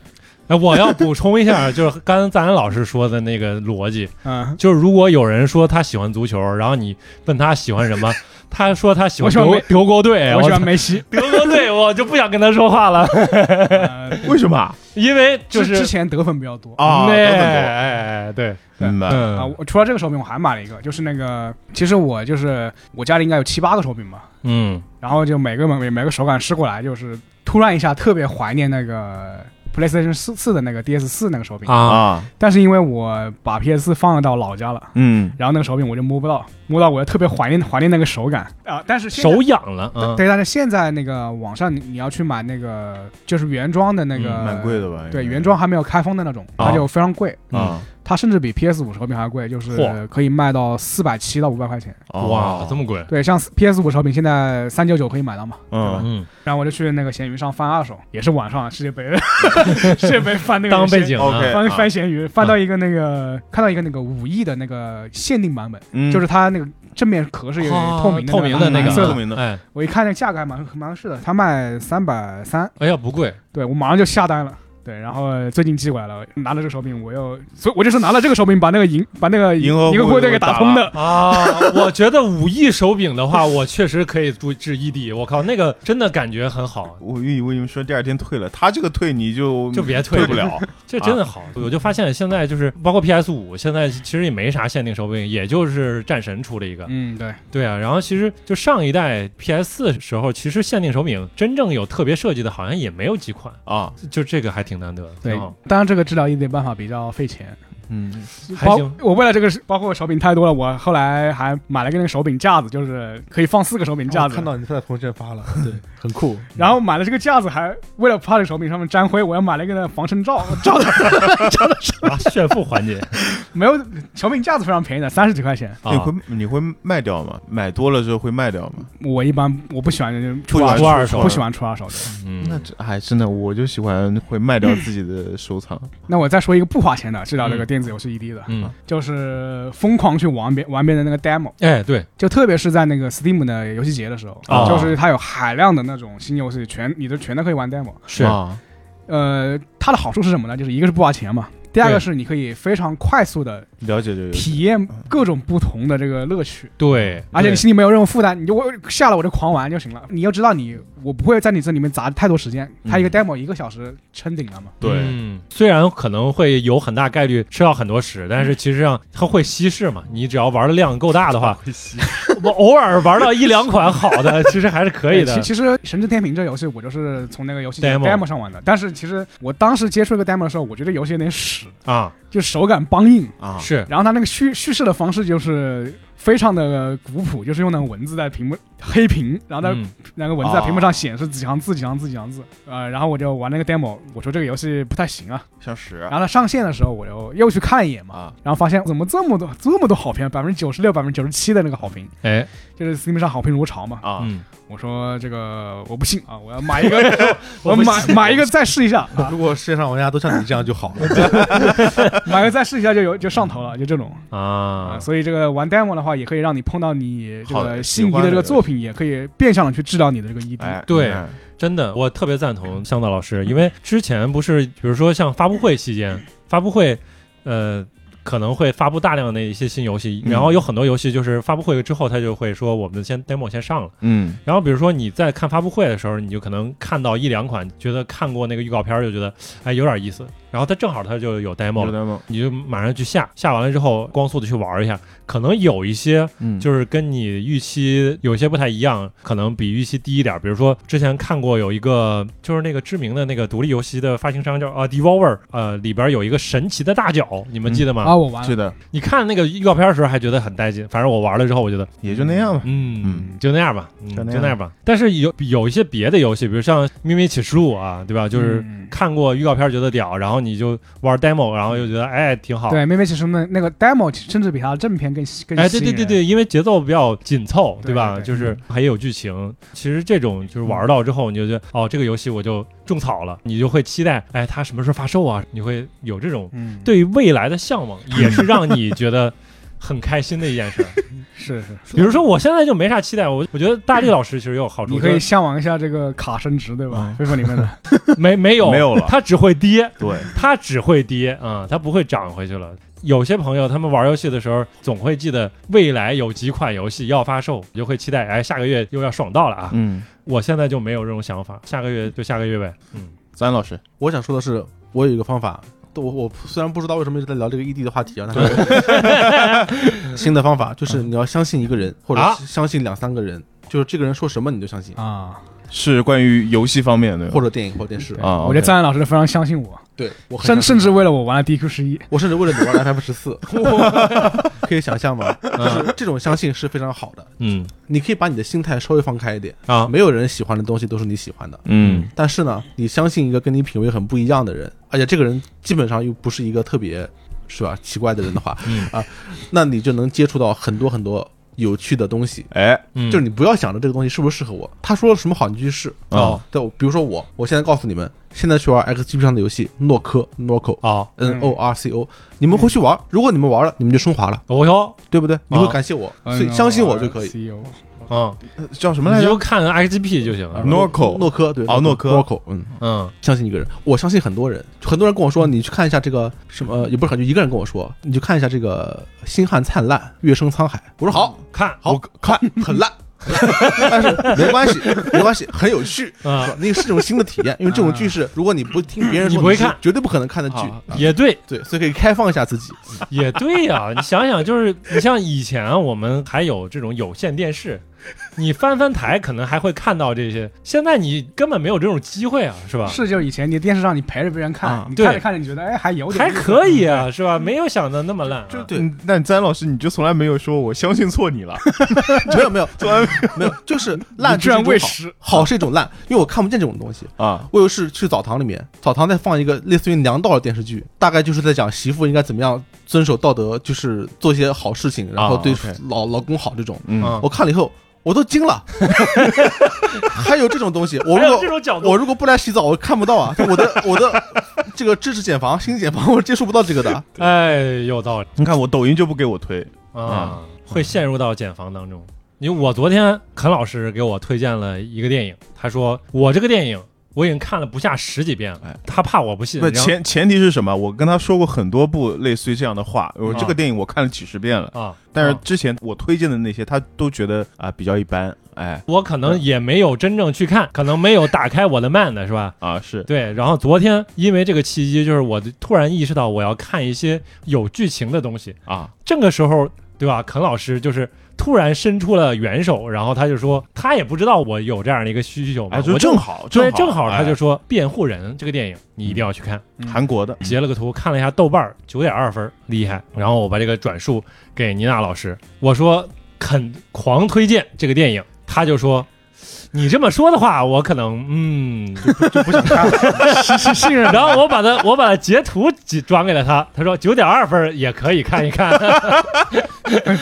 哎，我要补充一下，就是刚才赞恩老师说的那个逻辑，
嗯，
就是如果有人说他喜欢足球，然后你问他喜欢什么，他说他喜欢
我喜欢
德
梅
德国队，
我喜
操。
欢梅西
德国队，我就不想跟他说话了，
呃
为什么啊？
因为就
之
是
之前得分比较多啊
啊
那
等
哎
很
哎哎对，
多，明白？
嗯
我除了这个手柄，我还买了一个，就是那个，其实我就是我家里应该有七八个手柄吧，
嗯
然后就每个每每个手感试过来，就是突然一下特别怀念那个 PlayStation 四四的那个 DS 四那个手柄，
啊
啊，
但是因为我把 PS 四放到老家了。
嗯，
然后那个手柄我就摸不到，摸到我就特别怀念怀念那个手感啊！但是现在
手痒了啊，
嗯
对，但是现在那个网上你你要去买那个就是原装的那个，
嗯
蛮贵的吧？
呃对，
应该
原装还没有开封的那种，
啊
它就非常贵，嗯
啊，
它甚至比 PS 五手柄还贵，就
嚯
是可以卖到四百七到五百块钱。
哦
嗯哇，这
么
么贵，
对，像 PS 五手柄现在三九九可以买到嘛？
嗯，
嗯，
然后我就去那个闲鱼上翻二手，也是晚上世界
<laughs>
杯，世界杯翻那个
当背
闲
景啊
OK
翻
啊
翻闲鱼，翻到一个那个看到一个那个五亿的那个限定版本，
嗯
就是它那个正面壳是有
啊
透明的、
透明的那个
蓝色
透
的，
明的
哎
我一看那个价格还蛮蛮合适的，它卖三百三，
哎呀不贵，
对我马上就下单了。对，然后最近寄过来了，拿了这个手柄，我又，所以我就是拿了这个手柄把那个银把那个
银河护卫
银河护卫队给打通的。
啊， <laughs> 我觉得五亿手柄的话，我确实可以注置异地。我靠，那个真的感觉很好，
我以为你们说第二天退了，他这个退你就
就别退
退不了。
这真的好。我就发现现在就是包括 PS 五，现在其实也没啥限定手柄，也就是战神出了一个。
嗯，对，
对啊，然后其实就上一代 PS 四时候，其实限定手柄真正有特别设计的，好像也没有几款。
啊，
就这个还挺难得的，哦
对
挺好，
当然这个治疗异地的办法比较费钱，
嗯，
还
包
行
我为了这个是，包括手柄太多了，我后来还买了个那个手柄架子，就是可以放四个手柄架
我哦
子。
看到你在朋友圈
<laughs>
发了，对，很酷。
然后买了这个架子，还为了怕这个手柄上面沾灰，我要买了一个那防尘罩，罩的
<laughs> 啊，炫富环节
没有手柄架子非常便宜的，三十几块钱。
嗯
<laughs>
你
啊，
会你会卖掉吗？买多了之后会卖掉吗？
我一般我不喜欢
不
出
喜欢
二
出二手
不喜欢出二手的。
那
嗯，
这哎，真的，我就喜欢会卖掉自己的收藏。
那我再说一个不花钱的治疗这个
嗯
电子游戏 ED 的，
嗯，
就是疯狂去玩别玩别人的那个 demo，
哎，对，
就特别是在那个 Steam 的游戏节的时候，
哦
就是它有海量的那种新游戏，全你都全都可以玩 demo。
是
啊，
呃，它的好处是什么呢？就是一个是不花钱嘛，第二
对
个是你可以非常快速的
了解这个游戏。
体验各种不同的这个乐趣。
对，
而且
对
你心里没有任何负担，你就我下了我就狂玩就行了。你要知道你，我不会在你这里面砸太多时间。它一个 demo 一个小时撑顶了嘛，
对，
嗯，虽然可能会有很大概率吃到很多屎，但是其实上它会稀释嘛。你只要玩的量够大的话， <laughs> 我偶尔玩到一两款好的，哎其实还是可以 <laughs> 的
对其其实《神之天平》这游戏，我就是从那个游戏机
Demo
demo 上玩的。但是其实我当时接触一个 demo 的时候，我觉得游戏有点屎，
啊。
就手感梆硬。
啊，
是
然后它那个叙叙事的方式就是非常的古朴，就是用那种文字在屏幕黑屏，然后在
嗯
那个文字在屏幕上显示几行字、几行字、几行字，呃，然后我就玩那个 demo，我说这个游戏不太行啊。
像屎
然后它上线的时候，我又又去看一眼嘛，
啊，
然后发现怎么这么多这么多好评，百分之九十六、百分之九十七的那个好评，
哎，
就是 Steam 上好评如潮嘛。
啊，
嗯，
我说这个我不信啊，我要买一个，我买买一个再试一下，啊
如果世界上玩家都像你这
<laughs>
样就好了。
买个再试一下就有就上头了，就这种。啊，
啊，
所以这个玩 demo 的话，也可以让你碰到你这
好的
个心仪
喜欢
的
的
这个
人
作品，也可以变相的去治疗你的这个 E ED。
哎，
对
你看
真的，我特别赞同香道老师，因为之前不是，比如说像发布会期间，发布会，呃。可能会发布大量的一些新游戏，
嗯
然后有很多游戏就是发布会之后，他就会说我们先 demo 先上了。
嗯，
然后比如说你在看发布会的时候，你就可能看到一两款，觉得看过那个预告片儿就觉得哎有点意思，然后它正好它就有 demo
有
了，
demo，
你就马上去下，下完了之后光速的去玩一下，可能有一些
嗯，
就是跟你预期有些不太一样，可能比预期低一点。比如说之前看过有一个就是那个知名的那个独立游戏的发行商叫啊 Devolver，呃里边有一个神奇的大脚，你们记得吗？
啊，我玩
是
了，
的，
你看那个预告片的时候还觉得很带劲，反正我玩了之后我觉得
也就那样吧。
嗯
嗯，
就那样吧，嗯
就那样
就那样吧。但是有有一些别的游戏，比如像《秘密启示录》啊，对吧？就是
嗯
看过预告片觉得屌，然后你就玩 demo，然后又觉得哎挺好。
对，妹妹其实那那个 demo 甚至比它的正片更更
哎，
吸
对对
引
对
人，
对，因为节奏比较紧凑，
对
吧？
对对嗯
就是还有剧情。其实这种就是玩到之后，你就觉得
嗯
哦，这个游戏我就种草了，你就会期待哎它什么时候发售啊？你会有这种
嗯，
对于未来的向
<laughs>
往，也是让你觉得很开心的一件事。
是是，
比如说我现在就没啥期待，我我觉得大力老师其实也有好处，
你可以向往一下这个卡升值，对吧？非说里面的，
没没有
没有了
它只会跌，
对，
它只会跌啊、它不会涨回去了。有些朋友他们玩游戏的时候，总会记得未来有几款游戏要发售，你就会期待，哎，下个月又要爽到了啊！
嗯，
我现在就没有这种想法，下个月就下个月呗。嗯，
咱老师，
我想说的是，我有一个方法。我我虽然不知道为什么一直在聊这个异地的话题啊，但是 <laughs>
<laughs>
新的方法就是你要相信一个人，或者
啊
相信两三个人，就是这个人说什么你就相信，
啊
是关于游戏方面的
或者电影或者电视
对。
啊
我觉得赞恩老师非常相信我，
对我很
甚
相信
甚至为了我玩了 DQ 十一，
我甚至为了你玩了 FF 十
<laughs>
四， <laughs> 可以想象吗？
嗯
就是这种相信是非常好的，
嗯
你可以把你的心态稍微放开一点。
啊，
没有人喜欢的东西都是你喜欢的，
嗯
但是呢，你相信一个跟你品味很不一样的人，而且这个人基本上又不是一个特别是吧奇怪的人的话，
嗯
啊，那你就能接触到很多很多有趣的东西。
哎
嗯
就是你不要想着这个东西是不是适合我，他说了什么好你就去试。啊
哦
对，比如说我，我现在告诉你们，现在去玩 XGP 上的游戏诺科 Norco
哦，
N O R C O，你们回去玩，如果你们玩了，你们就升华了，
我哟，
对不对？你会
啊
感谢我，所以相信我就可以。
以。
嗯，
呃叫什么来
你
着？
就看 XGP 就行了。
嗯
Norco
诺科对，
哦诺科
诺科，嗯，
嗯
相信一个人，我相信很多人，很多人跟我说，你去看一下这个什么，呃也不是很，就一个人跟我说，你去看一下这个《星汉灿烂，月升沧海》。嗯我说好，
看
好看，很烂，但是没关系， <laughs> 没关系，很有趣，是
啊
吧，那是一种新的体验，因为这种剧是，如果嗯你不听别人说，
你不会
是
看
绝对不可能看的剧。
好
啊
也对，
对，所以可以开放一下自己。
也对呀、你想想，就是你像以前啊我们还有这种有线电视，你翻翻台可能还会看到这些，现在你根本没有这种机会啊，是吧？
是就以前你电视上你陪着别人
啊
看，你
对
看着看着你觉得哎还有点
还
意思
可以啊，是吧？没有想的那么烂、啊，
就对，
嗯，但詹老师你就从来没有说我相信错你了，
<laughs> 没有没 <laughs> 有没有，就是烂
你居然
就是一
喂
种
食，
好，好是一种烂，因为我看不见这种东西。
啊，
我有一次去澡堂里面，澡堂在放一个类似于娘道的电视剧，大概就是在讲媳妇应该怎么样遵守道德，就是做一些好事情，然后对
，OK
老、老公好这种。
嗯
我看了以后，我都惊 <laughs> 了，还有这种东西，我
还
如
有这
果。
种角度，
我如果不来洗澡，我看不到啊！我的我的这个知识茧房、心茧房，我接触不到这个的。啊
哎，有道理
你看我抖音就不给我推，
啊，会陷入到茧房当中。因为我昨天肯老师给我推荐了一个电影，他说我这个电影我已经看了不下十几遍
哎
了，他怕我不信，
不
然后
前前提是什么？我跟他说过很多部类似于这样的话，我
啊
这个电影我看了几十遍了，
啊，
但是
啊
之前我推荐的那些他都觉得啊比较一般，哎
我可能也没有真正去看，可能没有打开我的 mind 是吧？
啊是
对，然后昨天因为这个契机，就是我突然意识到我要看一些有剧情的东西。
啊
这个时候，对吧？肯老师就是突然伸出了援手，然后他就说他也不知道我有这样的一个需求嘛，
哎
我就
就正好
对，
正
正好他
哎嗯
就说《辩护人》这个电影你一定要去看。
韩国的
截了个图，看了一下豆瓣九点二分，厉害。然后我把这个转述给妮娜老师，我说肯狂推荐这个电影，他就说。你这么说的话，我可能嗯就不就不想看
<laughs>
了，是信任。然后我把他我把截图截转给了他，他说九点二分也可以看一看
<laughs>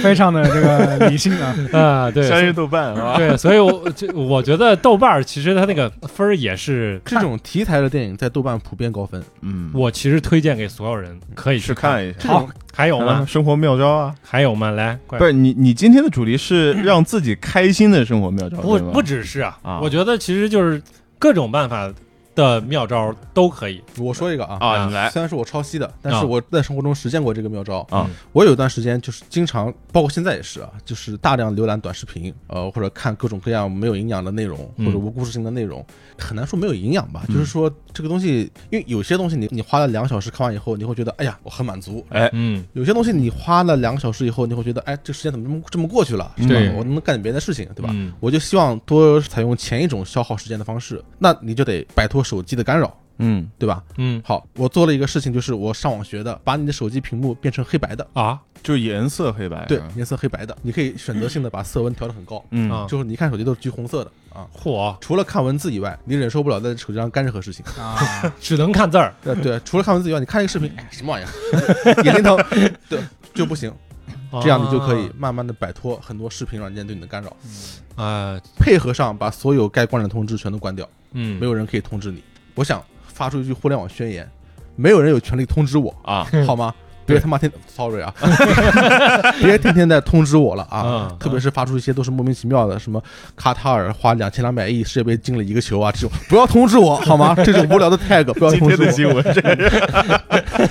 非常的这个理性啊。
啊，对，
相信豆瓣
<laughs>
啊，
对，所以我这我觉得豆瓣儿其实它那个分儿也是，
这种题材的电影在豆瓣普遍高分。
嗯，
我其实推荐给所有人可以
去
去
看。一下。
好，还有
啊
吗？
生活妙招啊，
还有吗？来，快
不是你，你今天的主题是让自己开心的生活妙招，
不
对吗
不只是啊，
啊
我觉得其实就是各种办法的妙招都可以。
我说一个啊，
啊，你来
虽然是我抄袭的，但
哎啊
是我在生活中实践过这个妙招。
啊
我有一段时间就是经常，包括现在也是啊，就是大量浏览短视频，呃，或者看各种各样没有营养的内容，
嗯
或者无故事性的内容，很难说没有营养吧。
嗯
就是说这个东西，因为有些东西你你花了两小时看完以后，你会觉得哎呀我很满足。
嗯，
有些东西你花了两个小时以后，你会觉得，哎，这时间怎么这么这么过去了？是吧
嗯对？
我能干点别的事情，对吧？
嗯
我就希望多采用前一种消耗时间的方式，那你就得摆脱手机的干扰，
嗯
对吧？
嗯
好，我做了一个事情，就是我上网学的，把你的手机屏幕变成黑白的，
啊
就是颜色黑白，啊
对，颜色黑白的，你可以选择性的把色温调得很高，
嗯
啊，
就是你一看手机都是橘红色的啊。
嚯，
除了看文字以外，你忍受不了在手机上干任何事情。 <laughs>
啊，
只能看字儿。
呃，对，除了看文字以外，你看一个视频，哎，什么玩意儿， <laughs> 眼睛疼，对，就不行。这样你就可以慢慢的摆脱很多视频软件对你的干扰，
啊，
配合上把所有该关的通知全都关掉，
嗯，
没有人可以通知你。我想发出一句互联网宣言，没有人有权利通知我，
啊，
好吗？
对
别他妈天，sorry 啊， <laughs> 别天天在通知我了啊！
嗯
特别是发出一些都是莫名其妙的，什么卡塔尔花两千两百亿世界杯进了一个球啊，这种不要通知我好吗？这种无聊的 tag 不要
今
通
天
知
的新
我，
<laughs>
闻这个是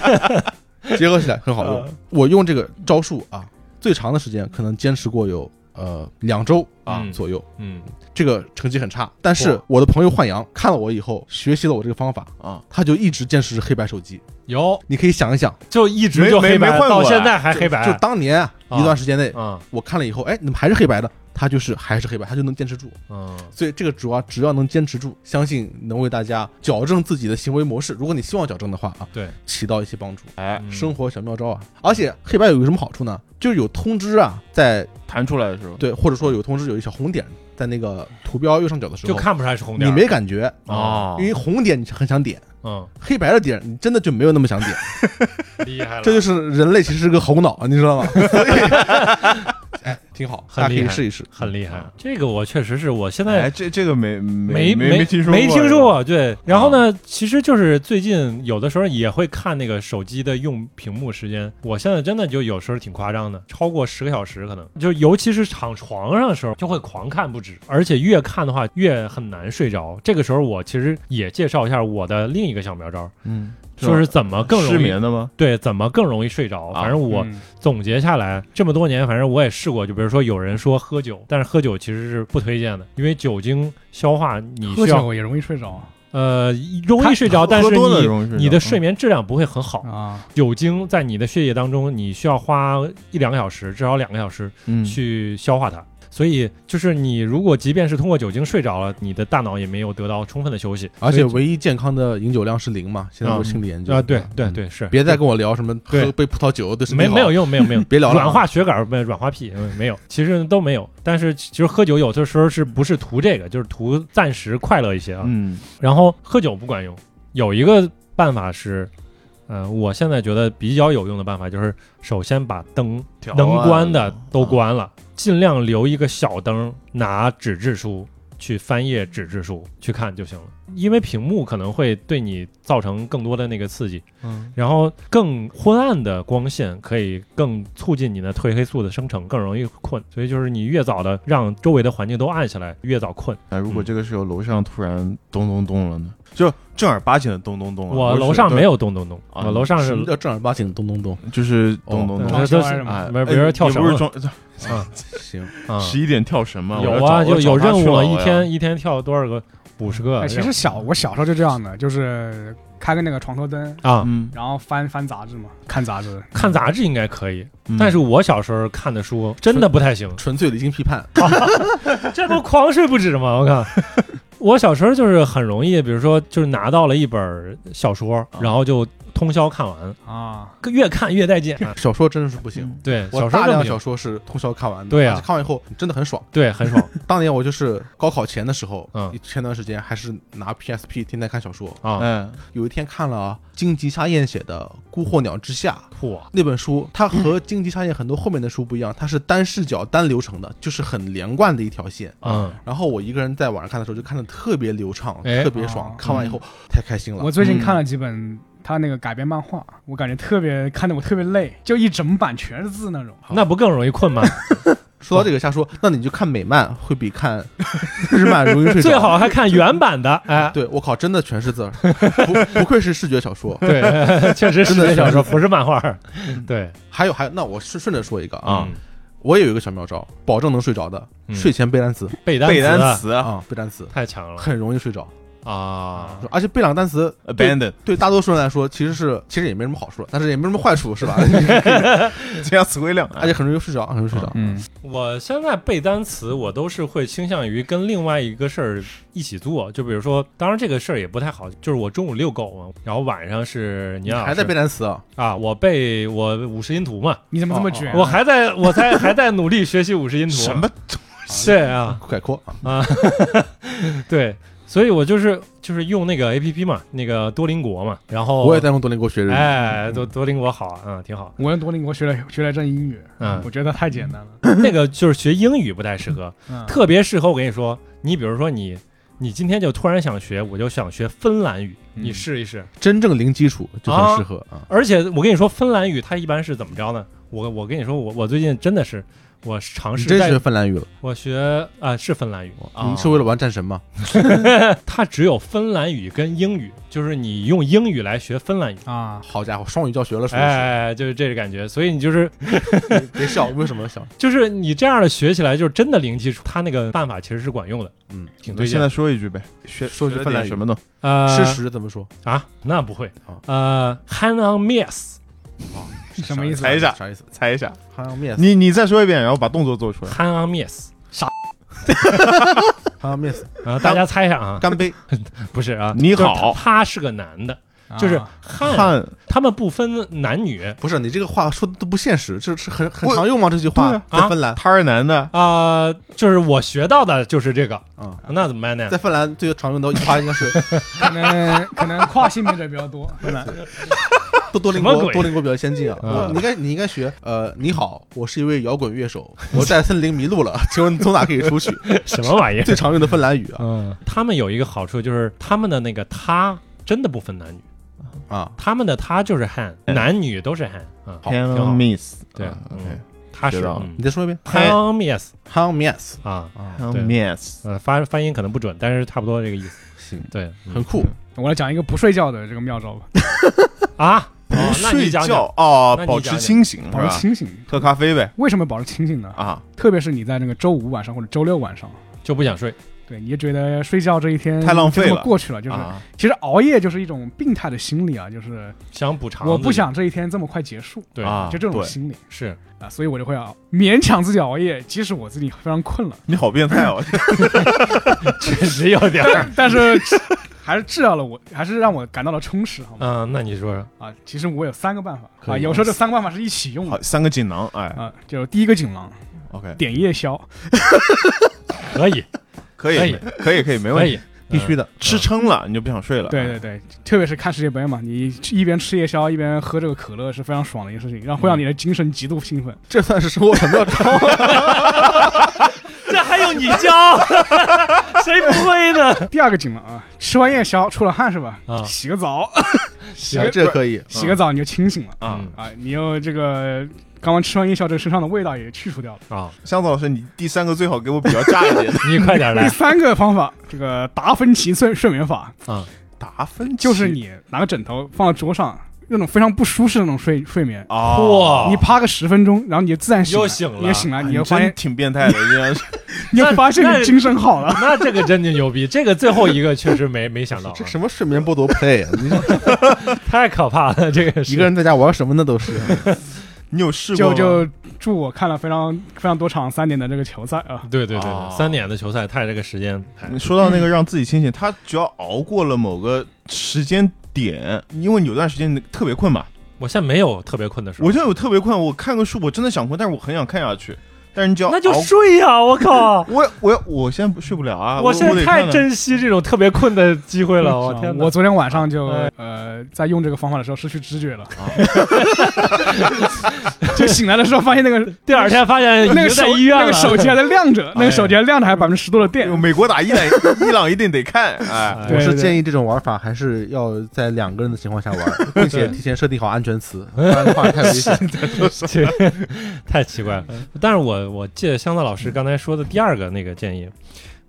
结合起来很好用。我用这个招数啊，最长的时间可能坚持过有呃两周啊
嗯
左右，
嗯
这个成绩很差，但是
哇
我的朋友焕阳看了我以后，学习了我这个方法，
啊，
他就一直坚持黑白手机。
有，
你可以想一想，
就一直
没
就
没
黑白，
没换
到
过
现
啊
在还哎黑白，
就当年啊
啊
一段时间内，
嗯
我看了以后，哎，怎么还是黑白的？他就是还是黑白，他就能坚持住。
嗯
所以这个主要只要能坚持住，相信能为大家矫正自己的行为模式。如果你希望矫正的话啊，
对，
起到一些帮助。
哎，
嗯
生活小妙招啊！而且黑白有个什么好处呢？就是有通知啊，在
弹出来的时候，
对，或者说有通知有一小红点在那个图标右上角的时候，
就看不出来是红
你
点儿，
没感觉，
哦
啊
因为红点你很想点，
嗯，
黑白的点你真的就没有那么想
<laughs>
点，
厉
<laughs>
害了，
这就是人类其实是个猴脑，你
<laughs>
知道吗？所以，哎，挺好，
很
大家可
厉
以
害
试一试。
很厉害。这个我确实是我现
嗯哎，
在
这这个没
没
没
没
听说
没听
听
说，过，
啊
对。然后呢，其实就是最近有的时候也会看那个手机的用屏幕时间，我现在真的就有时候挺夸张的，超过十个小时可能，就尤其是躺床上的时候就会狂看不止，而且越看的话越很难睡着。这个时候我其实也介绍一下我的另一个小妙招，
嗯，
说是怎么更容易
失眠的吗？
对，怎么更容易睡着？
啊
反正 <laughs> 我
嗯
总结下来，这么多年，反正我也试过。就比如说，有人说喝酒，但是喝酒其实是不推荐的，因为酒精消化你
喝
需要
酒也容易睡着啊
呃容易睡着，
喝
但是
喝多了
你
容易睡着嗯
你的睡眠质量不会很好。
啊，
酒精在你的血液当中，你需要花一两个小时，至少两个小时
嗯
去消化它。所以就是你如果即便是通过酒精睡着了，你的大脑也没有得到充分的休息，
而且
所以
唯一健康的饮酒量是零嘛，现在有心理研究
啊，对对
嗯
对是。
别再跟我聊什么
对
喝杯葡萄酒对身体
没
好
没有用，没有没有，
<laughs> 别聊了啊
软化血管没有软化屁嗯没有，其实都没有。但是其实喝酒有的时候是不是图这个，就是图暂时快乐一些啊。
嗯
然后喝酒不管用，有一个办法是，呃，我现在觉得比较有用的办法就是，首先把灯
调啊
能
暗
关的
了
啊
都关了，尽量留一个小灯，拿纸质书去翻页纸质书去看就行了，因为屏幕可能会对你造成更多的那个刺激。
嗯
然后更昏暗的光线可以更促进你的褪黑素的生成，更容易困。所以就是你越早的让周围的环境都暗下来，越早困。
哎，如果
嗯
这个时候楼上突然咚咚咚了呢？就正儿八经的咚咚咚啊。
我
不是
楼上
对
没有咚咚咚，
啊
我楼上是
什么叫正儿八经咚咚咚？
就是咚咚
嗯
咚
装
那
修
都
还是
是
什么？
哎，
不是
哎
别人跳绳
你不是
了
装
行，
啊，
十一点跳绳吗？我
有
要
啊，
找
就
我
有
找他
任
去
务
了
啊，一
我要
天一天跳多少个？五十个
哎，。其实小我小时候就这样的，就是开个那个床头灯，
啊，
嗯，
然后翻翻杂志嘛，看杂志。
看杂志应该可以，
嗯
但是我小时候看的书真的不太行，
纯粹理性批判，
<laughs> 这 <laughs> 不狂睡不止吗？我 <laughs> 靠！啊我小时候就是很容易，比如说就是拿到了一本小说，然后就通宵看完，
啊，
越看越带劲。啊
小说真的是
嗯
不行。
对，小
我
说
大
真
量
不
小
行，
说是通宵看完的，
对啊
而且看完以后真的很爽。
对，很爽
<laughs> 当年我就是高考前的时候，
嗯
前段时间还是拿 PSP 天天看小说，
啊！
嗯，
有一天看了荆棘沙燕写的《孤鹤鸟之下》。
酷，啊
那本书，它和荆棘沙燕很多后面的书不一样，它是单视角、单流程的，就是很连贯的一条线。
嗯，
然后我一个人在网上看的时候，就看的特别流畅，
哎
特别爽
哦。
看完以后太开
嗯
心了
我。最近看了几本他那个改编漫画，我感觉特别看得我特别累，就一整版全是字那种。
那不更容易
<laughs>
困吗？
说到这个瞎说，那你就看美漫会比看日漫容易睡着。
<laughs> 最好还看原版的，
<laughs>
哎，
对我靠，真的全是字儿， <laughs> 不不愧是视觉小说。
对，确实是
真的
小
是嗯
说，不是漫画儿。对
还有还有，那我顺顺着说一个啊，
啊，
我也有一个小妙招，保证能睡着的，
嗯
睡前背单词
背单
背
词
单
啊
词啊
啊，背单词
太强了
很容易睡着，
啊！
而且背两个单词
呃
对
，abandon，
对大多数人来说其实是其实也没什么好处，但是也没什么坏处，是吧？
这样词汇
嗯
量，
而且很容易睡着，很容易睡着。
嗯，
我现在背单词，我都是会倾向于跟另外一个事儿一起做，就比如说，当然这个事儿也不太好，就是我中午遛狗嘛，然后晚上是你
你还在背单词啊？
啊，我背我五十音图嘛，
你怎么这么
哎
卷？
哦
啊
我还在我在还在努力学习五十音图，
什么
对啊，
快扩啊！
对，所以我就是就是用那个 A P P 嘛，那个多邻国嘛，然后
我也在用多邻国学日语，
哦哎，多多邻国好啊，嗯，挺好。
我用多邻国学了学了一阵英语，
嗯
我觉得太简单了。
那个就是学英语不太适合，
嗯，
特别适合我跟你说，你比如说你，你今天就突然想学，我就想学芬兰语，
嗯
你试一试。
真正零基础就很适合啊。
而且我跟你说，芬兰语它一般是怎么着呢？我我跟你说，我我最近真的是我尝
你
试
真
在
学芬兰语了？
我学啊、是芬兰语，
哦
你是为了玩战神吗？嗯
<laughs> 它只有芬兰语跟英语，就是你用英语来学芬兰语。
啊，
好家伙，双语教学了，属于是
哎，就是这个感觉，所以你就是
别笑，为什么笑？
就是你这样的学起来，就是真的零基础，它那个办法其实是管用的，
嗯，
挺
就
推荐
现
的。
在说一句呗，学
说一
学
句
了
芬兰
点
语
什么呢？
呃，
吃屎怎么说？
啊，那不会
啊，
呃，hand on miss，
什么意思
猜一下
啥意思？
猜一下，
好像面
你你再说一遍，然后把动作做出来。
hand on miss，
好像面死，
啊，大家猜一下啊，
<laughs> 干杯！
不是啊，
你
就是
好
他他是个男的，就是
啊
汉，
看，
他们不分男女
不是你这个话说的都不现实，这是很很
我
常用吗？这句
对
话
啊
在芬兰
他是男的，
啊，就是我学到的就是这个，
啊，
那怎么
<laughs>
办呢？
在芬兰最常用的话应该是
可能可能跨性别者比
<laughs>
较多，对吧？
多多邻
什么
国，
鬼
多邻国比较先进啊。
嗯
我你应该你应该学呃，你好，我是一位摇滚乐手，我在森林迷路了， <laughs> 请问从哪可以出去？
什么玩意儿？
最常用的芬兰语啊
嗯，他们有一个好处就是他们的那个他真的不分男女，
啊，
他们的他就是 hand，男女都是 hand，嗯，
好
挺好
Hannah miss，
对
啊
嗯他是
学到了
你再说一遍
hand on miss
h o w miss
啊，
啊，
，OK，Hannah
对
嗯 miss，
呃，发发音可能不准，但是差不多这个意思。
行，
对，嗯
很酷。
我来讲一个不睡觉的这个妙招吧，
啊，
不
哦那
睡
你讲讲
觉啊
那，你
保
讲
持
讲
清醒是
保持
吧？
清醒。
喝咖啡呗
为什么保持清醒呢？
啊，
特别是你在那个周五晚上或者周六晚上，
就不想睡，
对，你就觉得睡觉这一天
太浪费
就这么
了
过去了，就是
啊，
其实熬夜就是一种病态的心理啊，就是
想补偿自己，
我不想这一天这么快结束，
对
啊
就这种
对
心理
是
啊，所以我就会啊勉强自己熬夜，即使我自己非常困了，
你好变态哦，
确实有点儿。
<laughs> 但但是还是治疗了我，还是让我感到了充实，好吗？
嗯，那你说说，
啊，其实我有三个办法
可
啊，
以
有时候这三个办法是一起用
好
的
三个锦囊，哎
啊，就是第一个锦囊
，OK，
点夜宵，
可以，
可以
可以，
可以，可以，没
可
问题。
以，
必须的，
吃撑了你就不想睡了，
对对对，特别是看世界杯嘛，你一边吃夜宵一边喝这个可乐是非常爽的一个事情，让会让你的精神极度兴奋。
这算是生活小妙招。
这还用你教？ <laughs> 谁不会呢？
第二个锦囊啊，吃完夜宵出了汗是吧？
啊
洗个澡，洗
哎 <laughs>
个
这可以，
洗个澡你就清醒了
啊
嗯。
啊，你又这个刚刚吃完夜宵，这个身上的味道也去除掉了。
啊，
香子老师，你第三个最好给我比较炸一点的
你快点
第
来
三个方法，这个达芬奇睡睡眠法，
啊！
达芬奇，
就是你拿个枕头放在桌上，那种非常不舒适的那种睡睡眠，
啊，
哇
你趴个十分钟，然后你就自然醒
哦又
来，
醒了啊
你就醒
哎，你
来，你就发
真
<laughs>
现，
挺变态的，竟然是
你就发现
那
你精神
<laughs>
好了。
那这个真的牛逼，这个最后一个确实没没想到啊，
这什么睡眠剥夺 play？啊你
太可怕了，这个
一个
人
人在家玩什么呢？都是
你有试过
就
吗
就祝我看了非常非常多场三点的这个球赛啊，
对对对
啊
对，三点的球赛太这个时间太
你说到那个让自己清醒，他只要熬过了某个时间点，因为有段时间特别困嘛，
我现在没有特别困的时候，
我就有特别困，我看个书我真的想困，但是我很想看下去，但是你只要
那就
熬！
睡呀、我靠
我我要我现在不睡不了啊，我
我现
我
在
得
太
看
珍惜这种特别困的机会
<laughs>
了，我
是啊
天哪！
我昨天晚上就
哎哦
呃，在用这个方法的时候失去知觉了
啊，
<laughs> 就醒来的时候发现那个
第二天发现已经
那个手
在医院
那
了，哎
个
<laughs>
手机还在啊亮着，那个手机还亮着，还有百分之十多的电
了。。美国打伊朗，伊朗一定得看，
<laughs>
哎，
哎
对
<laughs> 我是建议这种玩法还是要在两个人的情况下玩，并且提前设定好安全词，不然的话太危险。
这
<laughs>
个太奇怪了。
嗯
但是我我借香子老师刚才说的第二个那个建议，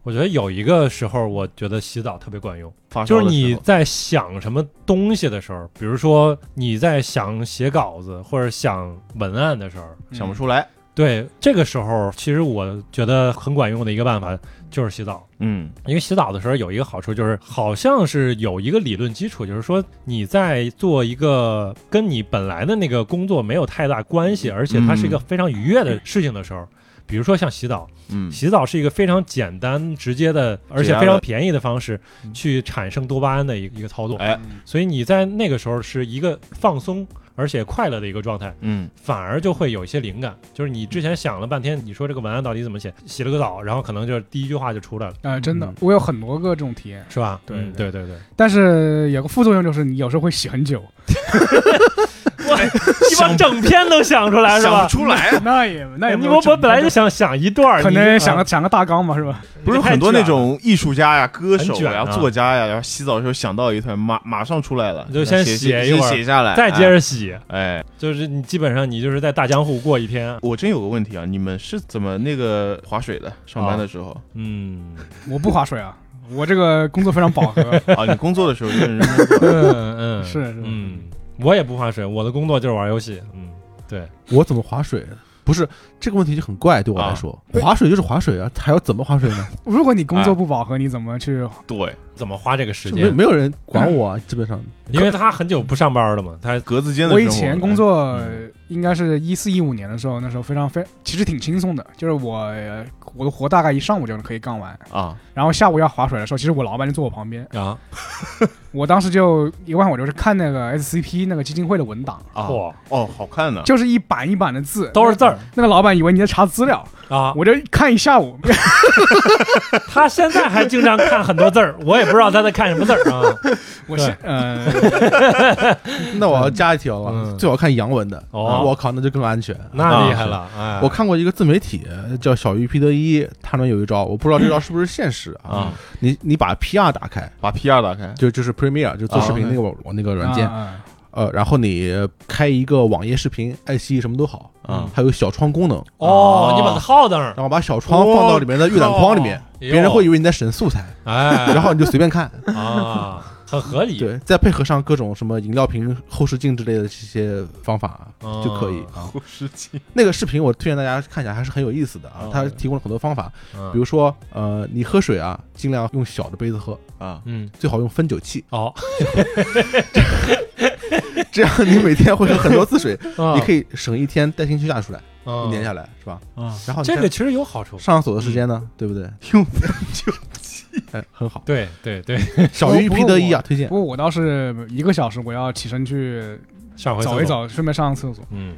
我觉得有一个时候，我觉得洗澡特别管用，
发烧
就
啊的
是你
时候
在想什么东西的时候，比如说你在想写稿子或者想文案的时候，
想不出来，
对这个时候，其实我觉得很管用的一个办法就是洗澡。
嗯，
因为洗澡的时候有一个好处，就是好像是有一个理论基础，就是说你在做一个跟你本来的那个工作没有太大关系，而且它是一个非常愉悦的事情的时候，比如说像洗澡，
嗯，
洗澡是一个非常简单、直接的，而且非常便宜的方式去产生多巴胺的一个一个操作。
哎
所以你在那个时候是一个放松而且快乐的一个状态。
嗯，
反而就会有一些灵感，就是你之前想了半天，你说这个文案到底怎么写，洗了个澡，然后可能就是第一句话就出来了，
呃，真的
嗯，
我有很多个这种体验，
是吧？
对
嗯对对对，
但是有个副作用就是你有时候会洗很久，
我你把整篇都想出啊来是
想
吧哎
不？出来，
<laughs> 那也那也没
你
有
我
整
我本来就想想一段儿，啊
可能想
个
个想个大纲嘛，是吧？
不是很多那，种艺术家呀、歌手
很卷啊
呀、作家呀，然后洗澡的时候想到一段，马马上出来了，
你就先
写
写一
先
会儿
写下来，
再接着洗，
哎。哎，
就是你基本上你就是在大江户过一天，
我真有个问题啊，你们是怎么那个划水的？上班的时
<laughs>
候
嗯，
<laughs> 我不划水啊，我这个工作非常饱和，
啊，你工作的时候认真工作
<laughs> 嗯嗯
<laughs> 是是
嗯，我也不划水，我的工作就是玩游戏，嗯，对，
我怎么划水呢？不是这个问题就很怪，对我来说，划水就是划水啊，还要怎么划水呢？
如果你工作不饱和，你怎么
哎
去？
对，
怎么花这个时
就没有
间？
没有人管我啊，基本上
因为他很久不上班了嘛，他
格子间的
我以
生活
前工作呃
嗯
应该是一四一五年的时候，那时候非常非其实挺轻松的，就是我呃我的活大概一上午就可以干完，
啊，
然后下午要划水的时候，其实我老板就坐我旁边，
啊，
我当时就一个晚上我就是看那个 SCP 那个基金会的文档，
啊
嚯，
哦，好看呢，
就是一版一版的字，
啊都是字儿
那个老板以为你在查资料，
啊！
我就看一下午，
他现在还经常看很多字儿，我也不知道他在看什么字儿啊。
我是呃，
<laughs> 那我要加一条啊了，
嗯
最好看洋文的。
哦
我靠，那就更安全。
<laughs> 那厉害了，哎，
我看过一个自媒体叫小鱼皮德一，他们有一招，我不知道这招是不是现实啊？
啊，
你你把 PR 打开，
把 PR 打开，
就就是 Premiere 就做视频
啊
那个网那个软件，
啊
呃，然后你开一个网页视频，爱奇艺什么都好，
啊
还有小窗功能，
哦，你把它耗那儿
然，后把小窗放到里面的预览框里面，别人会以
有
为你在审素材，
哎，
然后你就随便看，
啊，很合理，
对，再配合上各种什么饮料瓶后视镜之类的这些方法
嗯
就可以啊。
后视镜
那个视频我推荐大家看一下，还是很有意思的啊
哦，
它提供了很多方法，
嗯，
比如说呃，你喝水啊，尽量用小的杯子喝，
啊，
嗯，
最好用分酒器，
哦，
<laughs> 这样你每天会喝很多次水，你可
以
以省一天带薪休假出来，嗯 <laughs>
<laughs>
一年
下
下来是吧？
啊，
然后你
这
再
个其实有好处，。
上厕所的时间呢，对不 <laughs> 对？
用分酒
哎，很好
对对对，
小鱼皮得一啊，推荐
不。过我倒是一个小时，我要起身去
上回
走一
走，
走，顺便上个厕所。
嗯，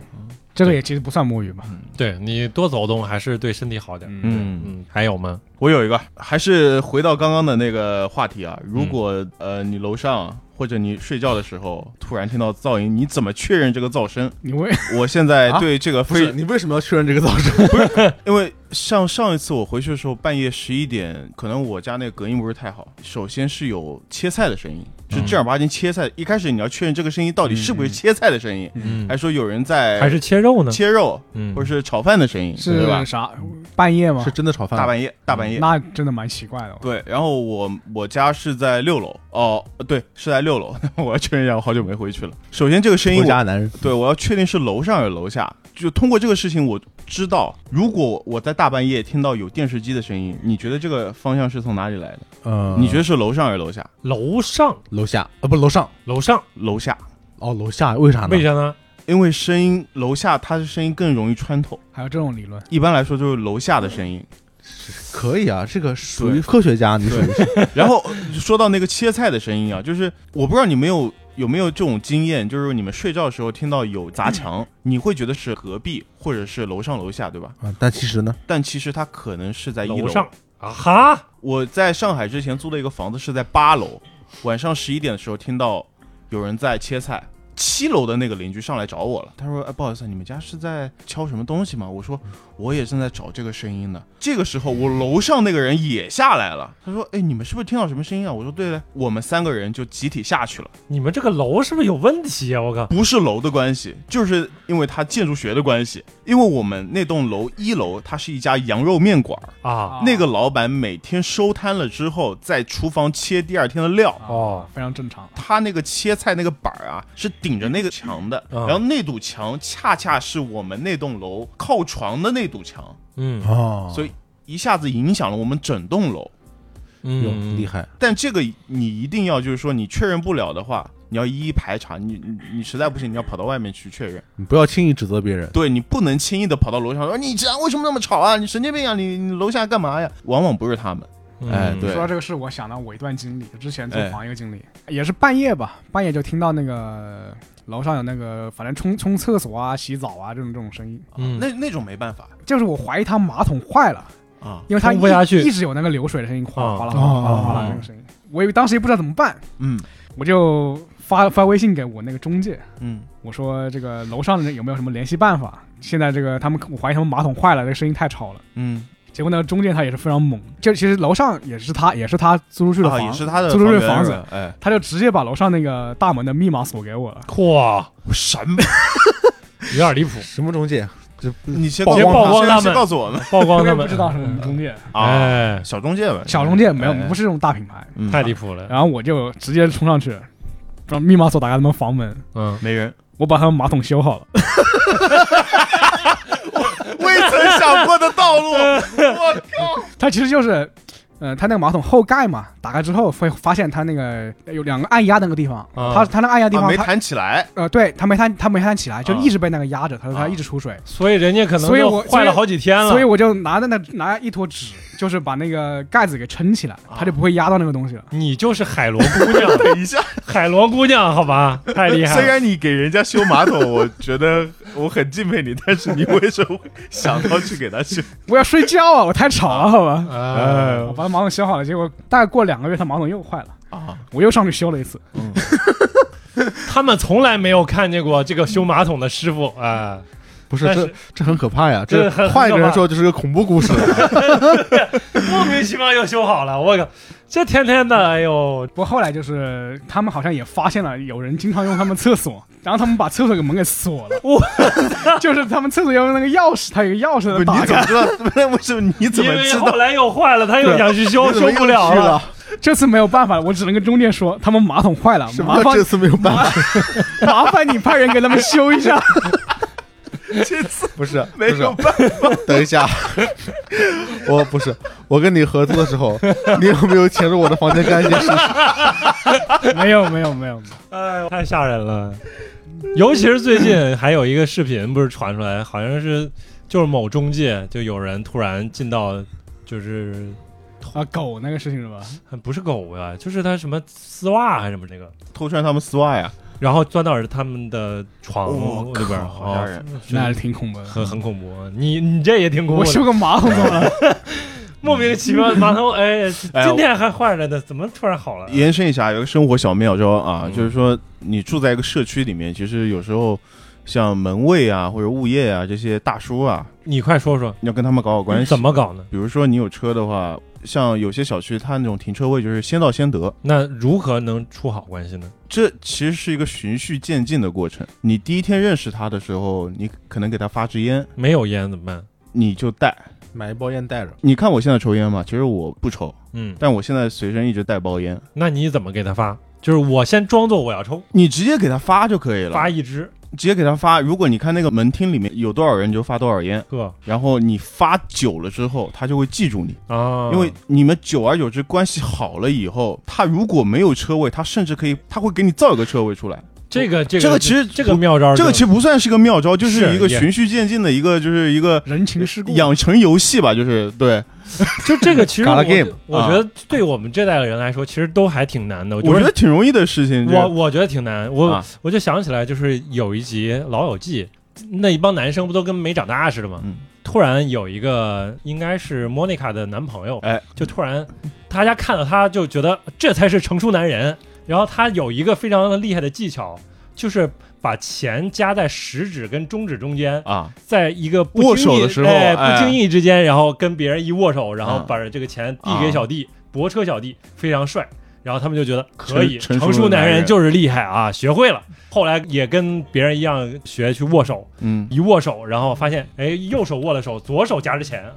这个也其实不算摸鱼吧？
对你多走动还是对身体好点，
嗯
嗯，
嗯，还有吗？
我有一个，还是回到刚刚的那个话题
嗯
啊，如果呃你楼上或者你睡觉的时候突然听到噪音，你怎么确认这个噪声？
你为
我现在
啊
对这个
不
非
是你为什么要确认这个噪声？
因为像上一次我回去的时候，半夜十一点，可能我家那个隔音不是太好。首先是有切菜的声音，
嗯
是正儿八经切菜。一开始你要确认这个声音到底是不是切菜的声音，
嗯
还，说有人在
还是切肉呢？
切肉
嗯，
或者是炒饭的声音，对吧
是？啥半夜吗
是？真的炒饭？
大半夜，大半夜。
那真的蛮奇怪的。
对，然后我我家是在六楼，哦，对，是在六楼。 <laughs> 我要确认一下，我好久没回去了。首先这个声音
回
我
家男人
对，我要确定是楼上还是楼下。就通过这个事情，我知道，如果我在大半夜听到有电视机的声音，你觉得这个方向是从哪里来的？
嗯，
你觉得是楼上还是楼下？
楼上，
楼下呃不楼上
楼上，
楼下，
哦楼下为啥呢？
为啥呢？
因为声音楼下它的声音更容易穿透。
还有这种理论，
一般来说就是楼下的声音，
可以啊，这个属于科学家，你属于是
然后说到那个切菜的声音啊，就是我不知道你们有有没有这种经验，就是你们睡觉的时候听到有砸墙，你会觉得是隔壁或者是楼上楼下，对吧？
啊，但其实呢，
但其实它可能是在一
楼上啊哈，
我在上海之前租的一个房子是在八楼，晚上十一点的时候听到有人在切菜。七楼的那个邻居上来找我了，他说：“哎，不好意思，你们家是在敲什么东西吗？”我说：“我也正在找这个声音呢。”这个时候，我楼上那个人也下来了，他说：“哎，你们是不是听到什么声音啊？”我说：“对了。”我们三个人就集体下去了，
你们这个楼是不是有问题啊？我靠，
不是楼的关系，就是因为它建筑学的关系，因为我们那栋楼一楼它是一家羊肉面馆儿，
啊
那个老板每天收摊了之后，在厨房切第二天的
啊
料。
哦，
非常正常。
他那个切菜那个板儿啊，是顶着那个墙的，
嗯
然后那堵墙恰恰是我们那栋楼靠床的那堵墙，
嗯
哦
所以一下子影响了我们整栋楼。
哟
嗯，
厉害，
但这个你一定要就是说你确认不了的话，你要一一排查，你你你实在不行，你要跑到外面去确认。
你不要轻易指责别人。
对你不能轻易的跑到楼上说你这样为什么那么吵啊？你神经病啊！你你楼下干嘛呀？往往不是他们，
嗯
哎对
说到这个事，我想到我一段经历，之前租
哎
房一个经历，也是半夜吧，半夜就听到那个楼上有那个，反正冲冲厕所啊、洗澡啊这种这种声音，
嗯
那那种没办法
就是我怀疑他马桶坏了，
啊。
因为他
冲不下去
一一直有那个流水的声音，哗啦
啊
哗啦哗啦哗啦哗
哦
啦那个声音，我以为当时也不知道怎么办，
嗯
我就发发微信给我那个中介，
嗯
我说这个楼上的人有没有什么联系办法？现在这个他们我怀疑他们马桶坏了，这个声音太吵了。
嗯，
结果呢，中介他也是非常猛，就其实楼上也是他，也是他租出去的
啊
房，
也是他的
租出去的
源
房
是
子
吧，哎，
他就直接把楼上那个大门的密码锁给我了。
嚯，
什么？
有点离谱，
什么中介？这不
你先
曝
告诉
光
我
曝光
先
他们
先告诉我们
曝光
我也
他
不
们
知道什么中介，
啊，
哎，
小中介吧，
小中介没有，
哎
不是这种大品牌。
嗯
太离谱了，
然后我就直接冲上去，让密码锁打开他们房门，
嗯，
没人，
我把他们马桶修好了。
<laughs> 未曾想过的道 <laughs> 路，我
它其实就是，呃，它那个马桶后盖嘛，打开之后会发现它那个有两个按压那个地方，
啊
它它那个按压地
靠，啊
方
没
它。
弹起来，
呃，对，它没摊，它没摊起来，就
啊
一直被那个压着，他说
啊
它一直出水，
所以人家可能
所以
都
我
坏了好几天了，
所以我就拿着那拿一坨纸，就是把那个盖子给撑起来，
啊
它就不会压到那个东西了。
你就是海螺姑娘，
等一下，
海螺姑娘，好吧，太厉害了。
<laughs> 虽然你给人家修马桶，我觉得我很敬佩你，但是你为什么会想到去给他修？
我要睡觉
<laughs>
啊，我太吵了，好吧？
哎
我把马桶修好了，结果大概过两个月，它马桶又坏了，
啊，
我又上去修了一次。
他们从来没有看见过这个修马桶的师傅啊、
不是
但
这
是
这很可怕呀！
这
这
很很
换一个
可
人
怕
说就是个恐怖故事。
莫名其妙又修好了。我靠，这天天的，哎呦，
不过后来就是他们好像也发现了有人经常用他们厕所，然后他们把厕所给门给锁了。
我
<laughs> 就是他们厕所要用那个钥匙，它有个钥匙
不
的
你
打
怎
开。
么知道？那 <laughs> 为什么你怎
因
么
为
知
后
道？
来又坏了，他又想去修，
你怎么
修
又
不了
去
了。
了，
这次没有办法，我只能跟中介说他们马桶坏了，
什么
麻
叫
烦
这次没有办法？
<laughs> 麻烦你派人给他们修一下。
这次
不是，
没有
办法。 <laughs> 等一下，我不是我跟你合租的时候，你有没有潜入我的房间干一些事 <laughs> 情？
没有没有没有，
哎呦，太吓人了。尤其是最近还有一个视频不是传出来，好像是就是某中介就有人突然进到就是
啊，狗那个事情是吧？
不是狗呀、就是他什么丝袜还是什么那个，
偷穿他们啊丝袜呀？
然后钻到他们的床
我
里边儿，
靠好吓
哦
人
是
那挺恐怖的。
很很恐怖。啊你你这也挺恐
我
怖的，
修个马桶怎么了？
莫名其妙马桶，
<laughs>
哎，
哎
今天还坏着呢，怎么突然好了？
延伸一下，有个生活小妙招啊，
嗯
就是说你住在一个社区里面，其实有时候像门卫啊或者物业啊这些大叔啊，
你快说说，
你要跟他们搞好关系。
嗯怎？么搞呢？
比如说你有车的话，像有些小区它那种停车位就是先到先得，
那如何能处好关系呢？
这其实是一个循序渐进的过程。你第一天认识他的时候，你可能给他发支烟，
没有烟怎么办？
你就带。
买一包烟带着，
你看我现在抽烟吗？其实我不抽，
嗯，
但我现在随身一直带包烟。
那你怎么给他发？就是我先装作我要抽，
你直接给他发就可以了，
发一支，
直接给他发。如果你看那个门厅里面有多少人，你就发多少烟。
呵
然后你发久了之后，他就会记住你，
啊，
哦
因为你们久而久之关系好了以后，他如果没有车位，他甚至可以，他会给你造一个车位出来。
这个这个
这个其实
这个妙招就，
这个其实不算是个妙招，就是
是
一个
也
循序渐进的一个，就是一个
人情世故，
养成游戏吧，就是对。
就这个其实
Gala
我
game，啊
我觉得对我们这代人来说，其实都还挺难的。我
我
觉
觉得挺容易的事情。
我我觉得挺难，我、
啊
我就想起来，就是有一集《老友记》，那一帮男生不都跟没长大似的吗？
嗯
突然有一个应该是莫妮卡的男朋友，
哎，
就突然大家看到他就觉得这才是成熟男人。然后他有一个非常厉害的技巧，就是把钱夹在食指跟中指中间，
啊，
在一个不
握
经意
手的时候
哎，
哎
不经意之间，然后跟别人一握手，然后
嗯
把这个钱递给小弟，泊车小弟非常帅。然后他们就觉得可
成
以，
成熟
成
的
熟
男
男人
人
就是厉害啊，学会了。后来也跟别人一样学去握手，
嗯，
一握手，然后发现，哎，右手握了手，左手夹着钱啊。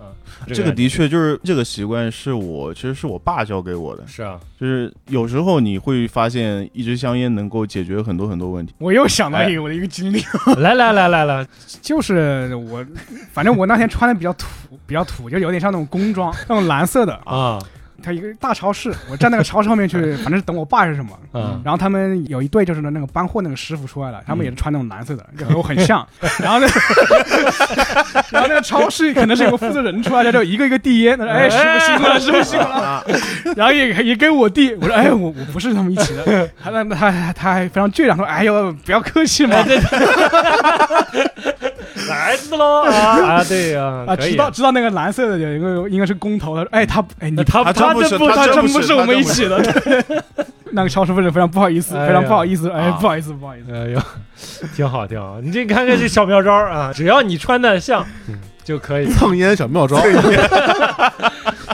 这个的确就是这个习惯是我其实是我爸教给我的，
是啊，
就是有时候你会发现一支香烟能够解决很多很多问题。
我又想到一个我的一个经历，
来来来来来，
就是我，反正我那天穿的比较土，比较土，就有点像那种工装，那种蓝色的。
啊
它一个大超市， <laughs> 我站那个超市后面去，反正是等我爸还是什么。
啊
然后他们有一队就是那个搬货那个师傅出来了，他们也是穿那种蓝色的，就和我很像。 <laughs> 然后呢，然后那个超市可能是有个负责人出来，他就一个一个递烟，他说：“哎，师傅辛苦了，师傅辛苦了。”
啊，
<laughs> 然后也也跟我弟，我说：“哎，我我不是他们一起的。”他那他他他还非常倔强说：“哎呦，不要客气嘛。”
来自喽啊啊，对呀，
啊，
可以
知道知道那个蓝色的有一个应该是工头，他说：“哎，他哎你
那他
他
他
不是
真
他
他
真
真
不
不
是
是我
他
们
真
一
不
起的。”那个超市问了非常不好意思，
哎呀
非常不好意思，哎，
啊
不好意思，不好意思。
哎呦， <laughs> 挺好挺好，你这看看这小妙招啊，只要你穿的像就可以。
<laughs> 蹭烟小妙招，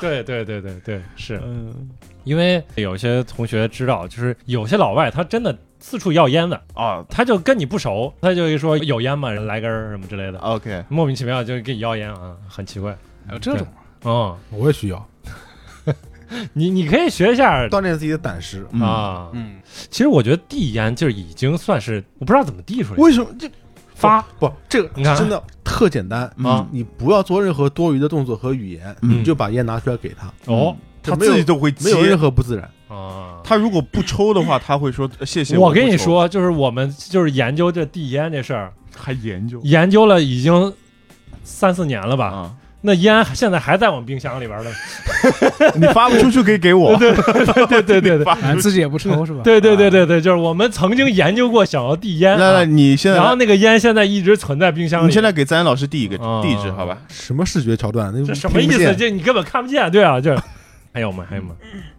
对对对对对，是
嗯，
因为有些同学知道，就是有些老外他真的四处要烟的，
啊
他就跟你不熟，他就一说有烟吗，来根儿什么之类的，
，OK，
莫名其妙就给你要烟啊，很奇怪。
还有这种，
哦，
<laughs> 我也需要
你你可以学一下
锻炼自己的胆识。
嗯，
啊。
嗯，
其实我觉得递烟就已经算是我不知道怎么递出来的，
为什么这
发
不这个
嗯你看
真的特简单嗯
啊
你不要做任何多余的动作和语言，
嗯
你就把烟拿出来给他，
哦
他自己都会
没有任
接。
何不自然。
啊。
他如果不抽的话，他会说呃谢谢。
我
我
跟你
不抽，
说，就是我们就是研究这递烟这事儿，
还研究
研究了已经三四年了吧，
啊，
那烟现在还在我们冰箱里边呢。
你发不出去可以给我。
<laughs> 对 <laughs> 对对对
发
反
不
正
出
自己也不抽是吧？
对对对对对，就是我们曾经研究过想要递烟
来
啊，
来，你现在
然后
来，
那个烟现在一直存在冰箱里。
你现在给赞恩老师递一个
啊
地址，好吧？
什么视觉桥段？那
这什么意
听不
思？
见
这你根本看不见，对啊， <laughs> 就是。还有吗？还有吗？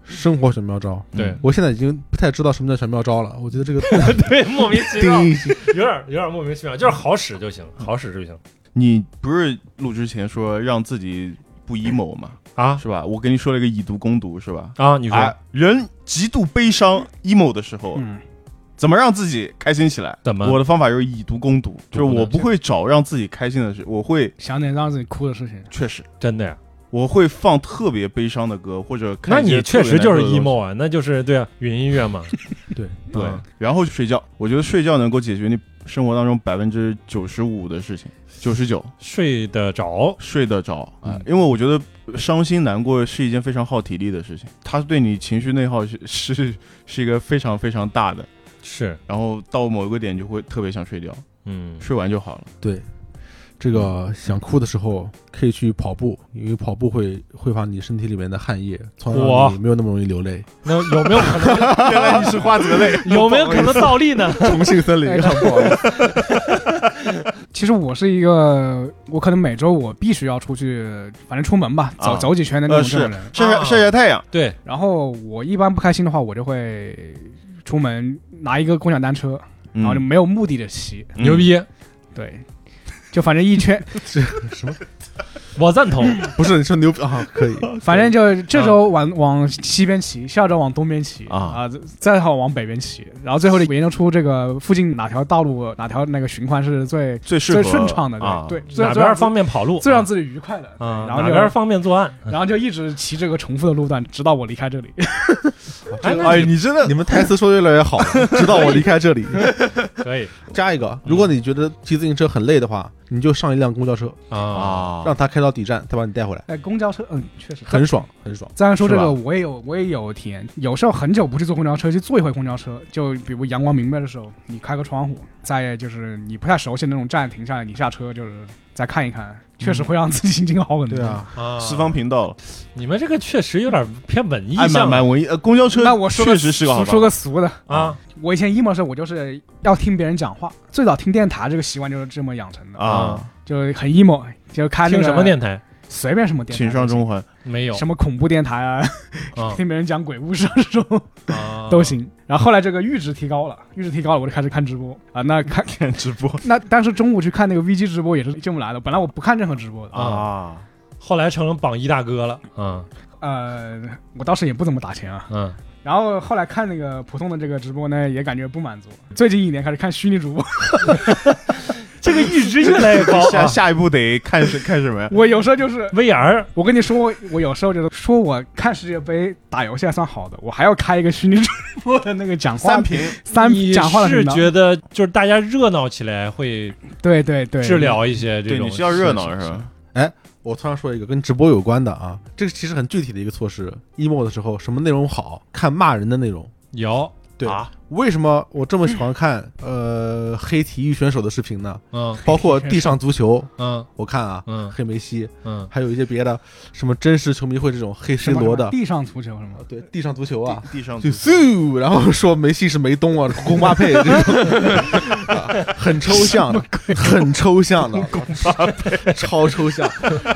生活小妙招。
嗯
对 <laughs>
我现在已经不太知道什么叫小妙招了。我觉得这个
对，莫名其妙
定，义
有点有点莫名其妙，就是好使就行，
嗯
好使就行
你不是录之前说让自己不 emo 吗？
啊
是吧？我跟你说了一个以毒攻毒，是吧？
啊！你说
啊，人极度悲伤 emo 的时候，
嗯，
怎么让自己开心起来？
怎么
我的方法就是以毒攻毒，就是
毒攻毒
我不会找让自己开心的事，我会
想点让自己哭的事情。
确实
真的呀？我
我会放特别悲伤的歌，或者
那
看一些
你确实就是
特别难受
emo 啊，那就是对啊，云音
<laughs>
乐嘛，
对
对
的东西对，然后睡觉，我觉得睡觉能够解决你生活当中百分之九十五的事情，九十九
睡得着，
睡得着啊、
嗯
因为我觉得伤心难过是一件非常耗体力的事情，它对你情绪内耗是 <laughs> 是是一个非常非常大的，
是，
然后到某一个点就会特别想睡觉，
嗯，
睡完就好了。
对，这个想哭的时候可以去跑步，因为跑步会挥发你身体里面的汗液，从而
哇
让你没有那么容易流泪。
那有没有可能
原来你是花泽类，
有没有可能倒立呢？
重庆森林，不好意思，
<laughs>
其实我是一个，我可能每周我必须要出去，反正出门吧，走
啊
走几圈的那
呃
种这
是
种人。
<laughs> 晒晒晒晒太阳，
<laughs> 对，
然后我一般不开心的话，我就会出门拿一个共享单车，
然
然后就没有目的的骑，
牛
嗯
逼，
嗯对，就反正
<laughs>
一圈，
我赞同。
嗯
不是你说牛逼啊，
<laughs>
可以，
<laughs> 反正就这周往往西边骑，下周往东边骑
啊
啊，再好往北边骑，然后最后研究出这个附近哪条道路哪条那个循环是最
最适合
最顺畅的，
啊
对，对，最
哪边
最让
方便跑路，
最让自己愉快的，对
啊，
然后
哪
就
边方便作案。
然后就一直骑这个重复的路段，直到我离开这 <laughs> 里。
哎，那
哎，你真的
你们台词说的越来越好了，直到我离开这里。
可
<laughs>
以
加一个，如果你觉得骑自行车很累的话，你就上一辆公交车，
啊，
啊，
让他开到底站，再把你带回来，
哎，公交车，嗯，确实 <laughs>
很爽，很爽。
再说这
是吧
个，我也有我也有体验，有时候很久不去坐公交车，去坐一回公交车，就比如阳光明媚的时候，你开个窗户，再就是你不太熟悉的那种站停下来，你下车就是再看一看，确实会让自己心情好很多。
对啊，
啊
四方频道了，
你们这个确实有点偏文艺
哎，蛮
向
蛮文艺。呃，公交车
那我说个
确实是个好
俗
法
说个俗的，
啊
我以前 emo 的时候，我就是要听别人讲话，最早听电台这个习惯就是这么养成的，
啊，
就很 emo，就看那
听
个
什么，电台？
随便什么电台，
请上中环。
没有
啊什么恐怖电台啊，
啊
<laughs> 听别人讲鬼故事这种。
啊
<laughs> 都行。然后后来这个阈值提高了，阈值提高了，我就开始看直播啊。那看
看直播
那当时中午去看那个 VG 直播也是这么来的。本来我不看任何直播的，
<laughs> 啊， <laughs>
后来成了榜一大哥了。嗯
呃，我当时也不怎么打钱啊。
嗯，
然后后来看那个普通的这个直播呢，也感觉不满足。最近一年开始看虚拟主播， <laughs>
这个阈值越来 <laughs> 越高
下
啊
下一步得看是看什么呀？
我有时候就是。
VR
<laughs> 我跟你说，我有时候就是说我看世界杯打游戏还算好的，我还要开一个虚拟主播的那个讲话
三屏
三
你
讲话的
是
频道
觉得就是大家热闹起来会
对对对
治疗一些这
对，
种
你需要热闹
事情
是？吧？
我突然说一个跟直播有关的啊，这个其实很具体的一个措施。emo 的时候，什么内容好看？骂人的内容。
有，
对
啊，
为什么我这么喜欢 <laughs> 看呃黑体育选手的视频呢？
嗯
包括地上足球，
嗯
我看啊，
嗯
黑梅西，
嗯，
还有一些别的什么真实球迷会这种黑 C
什么
罗的，
地上足球什么
啊对，地上足球啊，
地地
嗯
上
就
足
嗖，然后说梅西是梅东啊， <laughs> 宫巴佩这种， <laughs> 啊很抽象的，很抽象的，超抽象。 <laughs>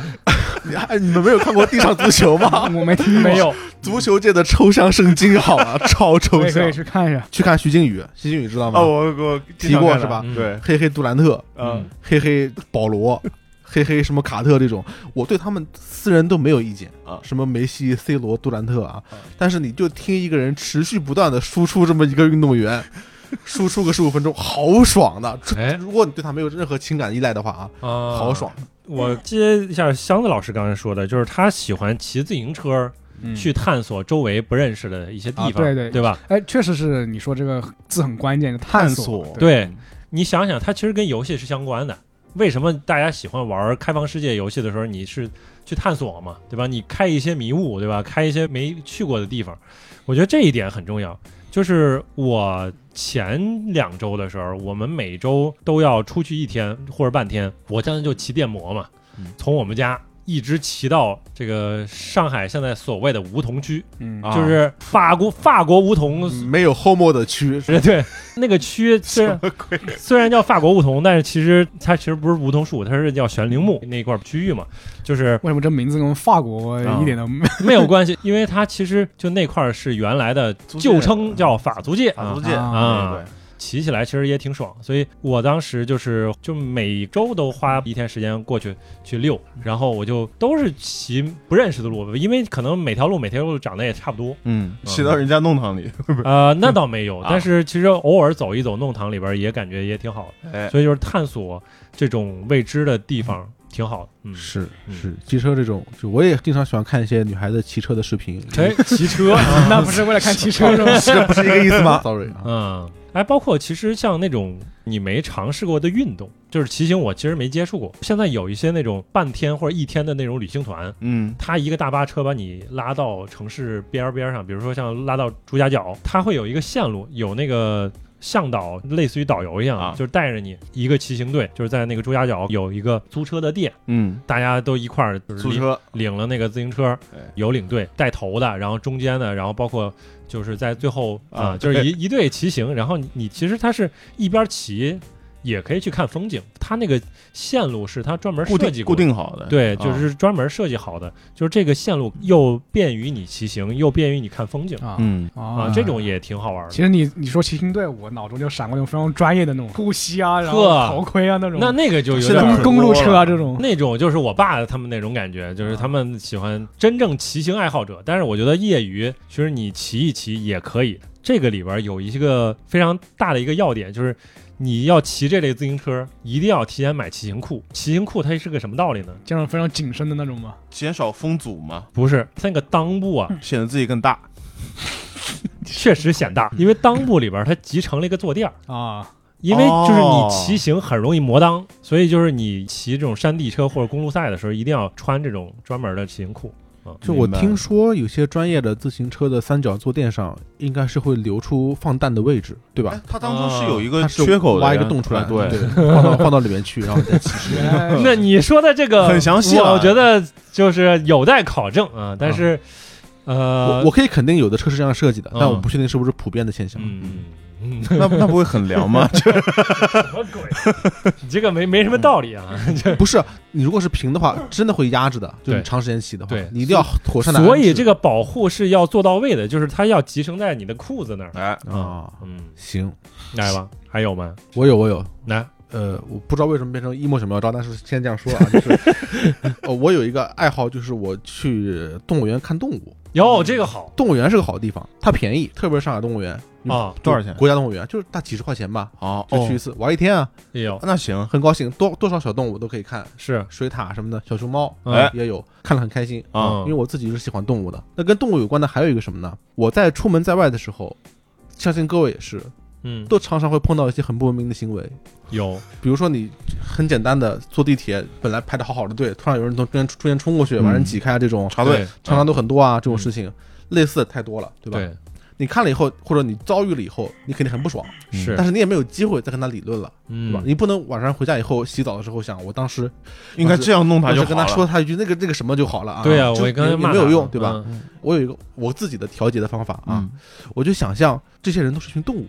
你哎，你们没有看过地上足球吗？
<laughs> 我没听过
没，有
足球界的抽象圣经，好啊，超抽
可以可
象
以。去看一下。
去看徐静宇，徐静宇知道吗？
哦，我我
提过是吧
嗯
对，
嘿嘿杜兰特，
嗯，
嘿嘿保罗，嘿嘿什么卡特这种，我对他们私人都没有意见
啊
什么梅西、C 罗、杜兰特啊
啊，
但是你就听一个人持续不断的输出这么一个运动员，输出个十五分钟，好爽的。这
哎
如果你对他没有任何情感依赖的话啊，
啊，
好爽。
我接一下箱子老师刚才说的，就是他喜欢骑自行车去探索周围不认识的一些地
嗯啊
方，
对对
吧？
哎，确实是你说这个字很关键，探索。
索
对你想想，它其实跟游戏是相关的。为什么大家喜欢玩开放世界游戏的时候，你是去探索嘛，对吧？你开一些迷雾，对吧？开一些没去过的地方，我觉得这一点很重要。就是我前两周的时候，我们每周都要出去一天或者半天，我现在就骑电摩嘛
嗯，
从我们家一直骑到这个上海现在所谓的梧桐区，
嗯
啊嗯
就是法国法国梧桐
没有 homo 的区，
对对，那个区虽然虽然叫法国梧桐，但是其实它其实不是梧桐树，它是叫悬铃
嗯
木那块区域嘛，就是
为什么这名字跟法国
啊
一点都没？
没有关系，因为它其实就那块是原来的
足
旧
界嗯
称叫法租界
法
啊
租，界
啊
啊
对对
骑起来其实也挺爽，所以我当时就是就每周都花一天时间过去去溜，然后我就都是骑不认识的路，因为可能每条路每条路长得也差不多，
嗯，骑到人家弄堂里，
呃，那倒没有，
啊
但是其实偶尔走一走弄堂里边也感觉也挺好的。
哎，
所以就是探索这种未知的地方挺好的。嗯，
是
嗯
是，骑车这种，就我也经常喜欢看一些女孩子骑车的视频，
哎， <laughs> 骑车，
<laughs> 那不是为了看啊
<laughs>
骑车是吧？
这不是一个意思吗？Sorry 啊，
嗯，哎，包括其实像那种你没尝试过的运动，就是骑行，我其实没接触过。现在有一些那种半天或者一天的那种旅行团。
嗯，
他一个大巴车把你拉到城市边儿边儿上，比如说像拉到朱家角，他会有一个线路，有那个向导，类似于导游一样，
啊
就是带着你一个骑行队，就是在那个朱家角有一个租车的店，
嗯，
大家都一块儿就是
租
领
车，
领了那个自行车
哎，
有领队带头的，然后中间的，然后包括就是在最后啊、
啊
就是
对
一一队骑行，然后你你其实它是一边骑也可以去看风景，它那个线路是它专门
固
设计
定
过
固
的。
定
嗯
好的，
对，
啊
就是专门设计好的，就是这个线路又便于你骑行，又便于你看风景
啊
嗯，
啊，这种。也挺好玩的。
其实你你说骑行队，我脑中就闪过那种非常专业的那种护膝啊，然后
呵
头盔啊那种，
那那个就有
现在
点
公
很
公路
多
车
了
啊这种，
那种就是我爸他们那种感觉，
啊
就是他们喜欢真正骑行爱好者。但是我觉得业余，其实你骑一骑也可以。这个里边有一个非常大的一个要点，就是你要骑这类自行车，一定要提前买骑行裤。骑行裤它是个什么道
<laughs>
理呢？
这种非常紧身的那种嘛。
减少风阻嘛，
不是它那个裆部啊，
显得自己更大，
确实显大，因为裆部里边它集成了一个坐垫儿。
<laughs>
啊，
因为就是你
哦
骑行很容易磨裆，所以就是你骑这种山地车或者公路赛的时候，一定要穿这种专门的骑行裤。嗯
就我
明白
听说有些专业的自行车的三角坐垫上应该是会留出放弹的位置，对吧
哎？它当中是有一
它
个
是
缺口的呀，
挖一个洞出来，
啊对，
放到放到里面
<laughs>
去，然后再起
原来
嗯
那你说的这个
很详细了
我觉得就是有待考证啊，但是呃
嗯
啊
我，我可以肯定有的车是这样设计
嗯
的，但我不确定是不是普遍的现象。
嗯嗯，
那那不会很凉吗？
<laughs> 什么鬼？你这个没没什么道理啊。 <laughs>
不是，你如果是平的话，真的会压着的，就是
对
你长时间骑的话
对，
你一定要妥善的。
所以这
个
个保护是要做到位的，就是它要集成在你的裤子那儿。
哎，
啊，
嗯，
行，
来吧，还有吗？
我有我有，
来，
呃，我不知道为什么变成一莫小妙招，但是先这样说
<laughs>
啊，就是呃，我有一个爱好，就是我去动物园看动物。
哟，这个好
动物园是个好地方，它便宜，特别是上海动物园，
啊，
多少钱？
国家动物园就是大几十块钱吧，
哦，
就去一
哦
次玩一天啊，
也有
那行，
很高兴，多多少小动物都可以看，
是
水獭什么的，小熊猫
嗯
哎
也有，看了很开心。
啊
嗯
因为我自己是喜欢动物的。那跟动物有关的还有一个什么呢？我在出门在外的时候，相信各位也是，
嗯，
都常常会碰到一些很不文明的行为。
有
比如说，你很简单的坐地铁，本来排的好好的队，突然有人从中间出现冲过去，
嗯
把人挤开啊，这种
插队，嗯
常常都很多啊，这种事情类似的太多了，对吧？
对
你看了以后，或者你遭遇了以后，你肯定很不爽，
嗯
是
但，是你也没有机会再跟他理论了，对吧？
嗯
你不能晚上回家以后洗澡的时候想，我当时
应该这样弄它
我
就
就
好
跟他
了
说他一句那个那个什么就好了啊。
对啊，
就
我也刚才
也也
骂
没有
他
用，对吧？
嗯
我有一个我自己的调节的方法啊，
啊，
我就想象这些人都是群动
<laughs>
物，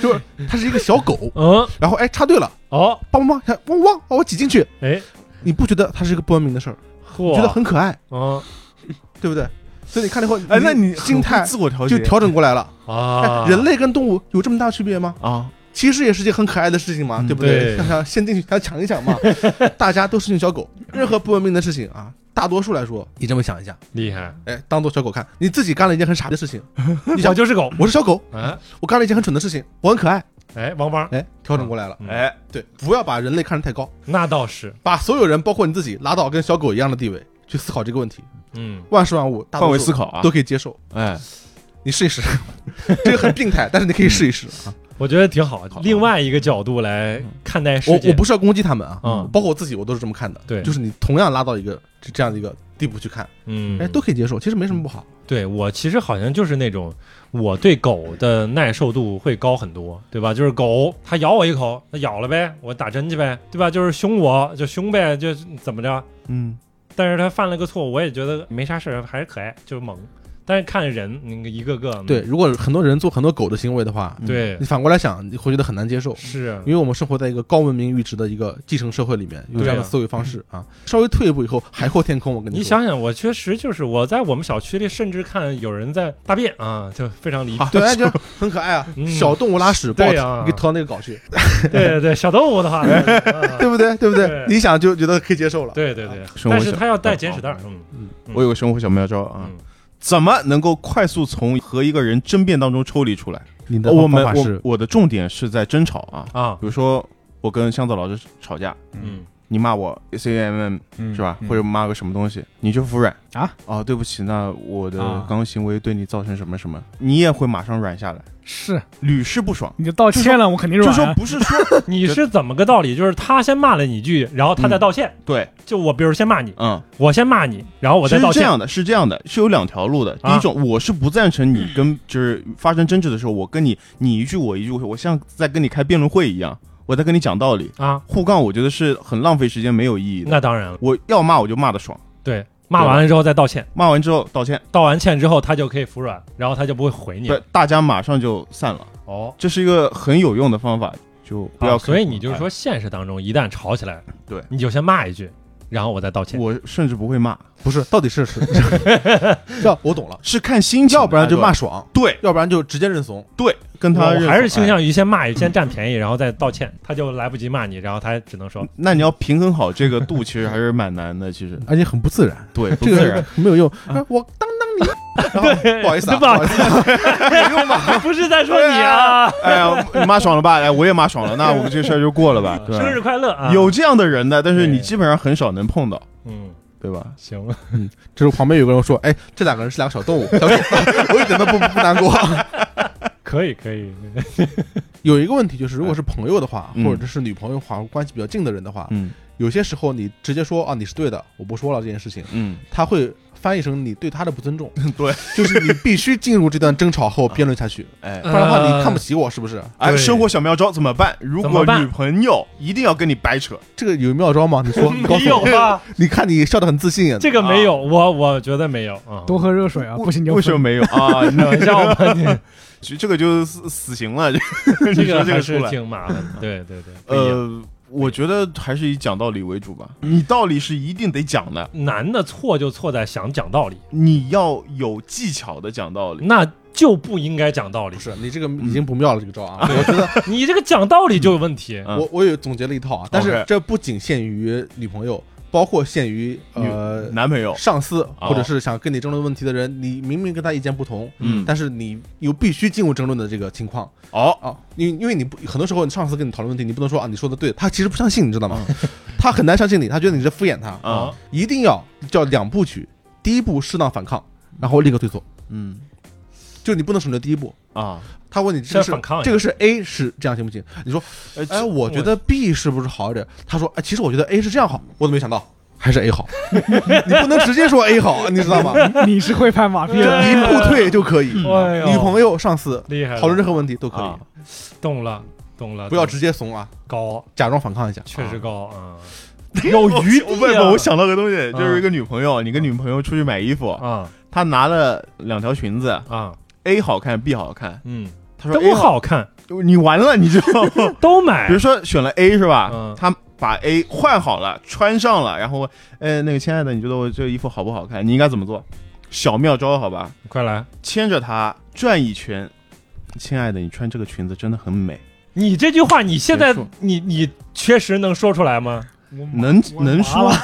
就是它是一个小狗，
嗯，
然后哎插队了，
哦，
帮帮帮，看汪汪，啊把我挤进去，
哎，
你不觉得它是一个不文明的事儿？
嚯，
你觉得很可爱，
嗯
对不对？所以你看了以后，
哎，那你
心态
自我调节
就调整过来了。
啊，
哎人类跟动物有这么大区别吗？
啊，
其实也是件很可爱的事情嘛，
嗯
对不
对
想想先进去，想抢一抢嘛。大家都是群小狗，任何不文明的事情啊，大多数来说，你这么想一下，
厉害，
哎，当做小狗看，你自己干了一件很傻的事情，你
我
想
就是狗，
我是小狗，
哎
我干了一件很蠢的事情，我很可爱，
哎，王八，
哎，调整过来了。
嗯
哎，
对，不要把人类看得太高，
那倒是，
把所有人，包括你自己，拉到跟小狗一样的地位去思考这个问题。
嗯，
万事万物，大
换
多
位
数
思考啊
都，可以接受，
哎，
你试一试，这个很病态，但是你可以试一试啊。
我觉得挺好
好。
另外一个角度来看待世
嗯我
界，
我不是要攻击他们啊，
嗯
包括我自己，我都是这么看的。
对
就是你同样拉到一个这这样的一个地步去看，
嗯，
哎，都可以接受，其实没什么不好。
对我其实好像就是那种我对狗的耐受度会高很多，对吧？就是狗它咬我一口，它咬了呗，我打针去呗，对吧？就是凶我就凶呗，就怎么着？
嗯，
但是它犯了个错，我也觉得没啥事儿，还是可爱，就是萌。但是看人，那个一个个，
对，如果很多人做很多狗的行为的话，
嗯
对
你，反过来想，你会觉得很难接受。
嗯是啊
因为我们生活在一个高文明阈值的一个继承社会里面，有这样的
对啊
思维方式啊。稍微退一步以后，海阔天空。我跟
你
说，
想想，我确实就是我在我们小区里，甚至看有人在大便啊，就非常离谱。
对，哎，就很可爱啊，
嗯
小动物拉屎抱
对
着
啊
你给投到那个搞去，
对
<laughs>
对对，小动物的话，啊
对不对？对不对
对？
你想就觉得可以接受了。
对对对，
啊生活
但是
小啊
它要带捡屎袋儿，嗯嗯
我有个生活小妙招啊
嗯，
怎么能够快速从和一个人争辩当中抽离出来？哦
你的
我
方
们
法
我
是，
我的重点是在争吵啊，
啊
比，如说我跟香子老师吵架，
嗯，
你骂我 C M M
嗯
是吧？
嗯
或者骂个什么东西，你就服软
啊？
哦，对不起，那我的
啊
刚行为对你造成什么什么，你也会马上软下来，
是
屡试不爽。
你就道歉了，我肯定
就
软
说
啊。
不是
<laughs>
说
你是怎么个道理？就是他先骂了你一句，然后他再道歉。
对，
就我，比如先骂你，
嗯，
我先骂你，然后我再
其
道
实这
歉。
样的，是这样的，是有两条路的。第
啊
一种，我是不赞成你跟就是发生争执的时候，我跟你你一句我一句，我像在跟你开辩论会一样，我在跟你讲道理，
啊，
互杠，我觉得是很浪费时间，没有意义的。
那当然了，
我要骂我就骂的爽，
对，骂完了之后再道歉，
骂完之后道歉，
道完歉之后他就可以服软，然后他就不会回你
不。，大家马上就散了。
哦，
这是一个很有用的方法，就不要
啊
客气、
所以你就是说，
哎，
现实当中一旦吵起来，
对
你就先骂一句，然后我再道歉。
哎我甚至不会骂，
不是，到底
<laughs>
是是，要我懂了，
是看心情，
要不然就
哎
骂，爽，
对
要不然就直接认怂。
对，跟他
我
认怂
还是倾。
哎
向于先骂一句，先占便宜，然后再道歉，他就来不及骂你，然后他只能
<laughs>
说 <laughs>
那你要平衡好这个度，其实还是蛮难的。其实，
而且很不自然，
<laughs>
对，哎不啊
这
自
个
啊
然。
没有用。哎我当当你，然后不好意思啊，
不好意
思啊，没用吧？
<laughs> 不是在说你啊，
哎呀，你骂爽了吧？哎，我也骂爽了，那我们这事儿就过 <laughs>
<laughs>
了吧。
生日
对，
快乐啊！
有这样的人的，但是你
对
基本上很少能碰到，
嗯，
对吧？
行，
就是旁边有个人说：“哎，这两个人是两个小动物，小狗，我一点都不不难过。”
可以可以，
有一个问题就是，如果是朋友的话，
嗯
或者是女朋友的话，关系比较近的人的话，
嗯
有些时候你直接说啊你是对的，我不说了这件事情，
嗯，
他会翻译成你对他的不尊重，
对，
就是你必须进入这段争吵后辩论下去，
哎
不然的话你看不起我是不是？
哎，
对
生活小妙招怎么办？如
怎么
果
办
女朋友一定要跟你掰扯，
这个有妙招吗？你说，你告
<laughs> 没
诉
有
我，
吧？
<laughs> 你看你笑得很自信啊呀，
这个没有，我我觉得没有啊。
多喝热水啊，不行就
为什么
分
没有啊？
开玩笑吧，你
这这个就死死刑了，这 <laughs> 你
这
说
个还
这个出
是
来，
挺麻烦的。对对对，不一样，
呃，我觉得还是以讲道理为主吧。你道理是一定得讲的，
男的错就错在想讲道理，
你要有技巧的讲道理。
那就不应该讲道理
不。是你这个已经不妙了，这个招啊，我觉得
你这个讲道理就有问题。
嗯
我我有总结了一套啊，但是
OK
这不仅限于女朋友，包括限于呃
男朋友，
上司
哦
或者是想跟你争论问题的人，你明明跟他意见不同，
嗯
但是你又必须进入争论的这个情况
哦，
啊，因为因为你不很多时候你上司跟你讨论问题，你不能说啊你说的对，他其实不相信，你知道吗？
嗯
<laughs> 他很难相信你，他觉得你在敷衍他，
啊，
一定要叫两部曲，第一步适当反抗，然后立刻退缩，
嗯
就你不能省略第一步。
啊，
他问你这个
是
是
要反抗呀
这个是 A 是这样行不行？你说
呃
哎，我觉得 B 是不是好一点？他说，哎，其实我觉得 A 是这样好，我都没想到，还是 A 好。 <laughs> 你不能直接说 A 好，你知道吗？
<laughs> 你是会拍马屁的，
一步退就可以。
哎呦哎
女朋友、上司
厉害了，
讨论任何问题都可
啊
以，
懂了懂了，
不要
懂
直接怂啊，
高，
假装反抗一下。
确实
啊，
高啊，
<laughs>
嗯有余
我
地
问
啊
我想到个东西，就是一个女朋友，你跟女朋友出去买衣服，
啊
她拿了两条裙子
啊，
，A 好看，B 好看，
嗯，
她说 A
都，好看，
你完了，
<laughs>
你就，比
都买
如，说选了 A 是吧
嗯？
她把 A 换好了，穿上了，然后问，呃，那个亲爱的，你觉得我这个衣服好不好看？你应该怎么做？小妙招，好吧，
快来，
牵着她转一圈，亲爱的，你穿这个裙子真的很美，
你这句话你现在
结束
你你确实能说出来吗？
能
我
能说
麻了？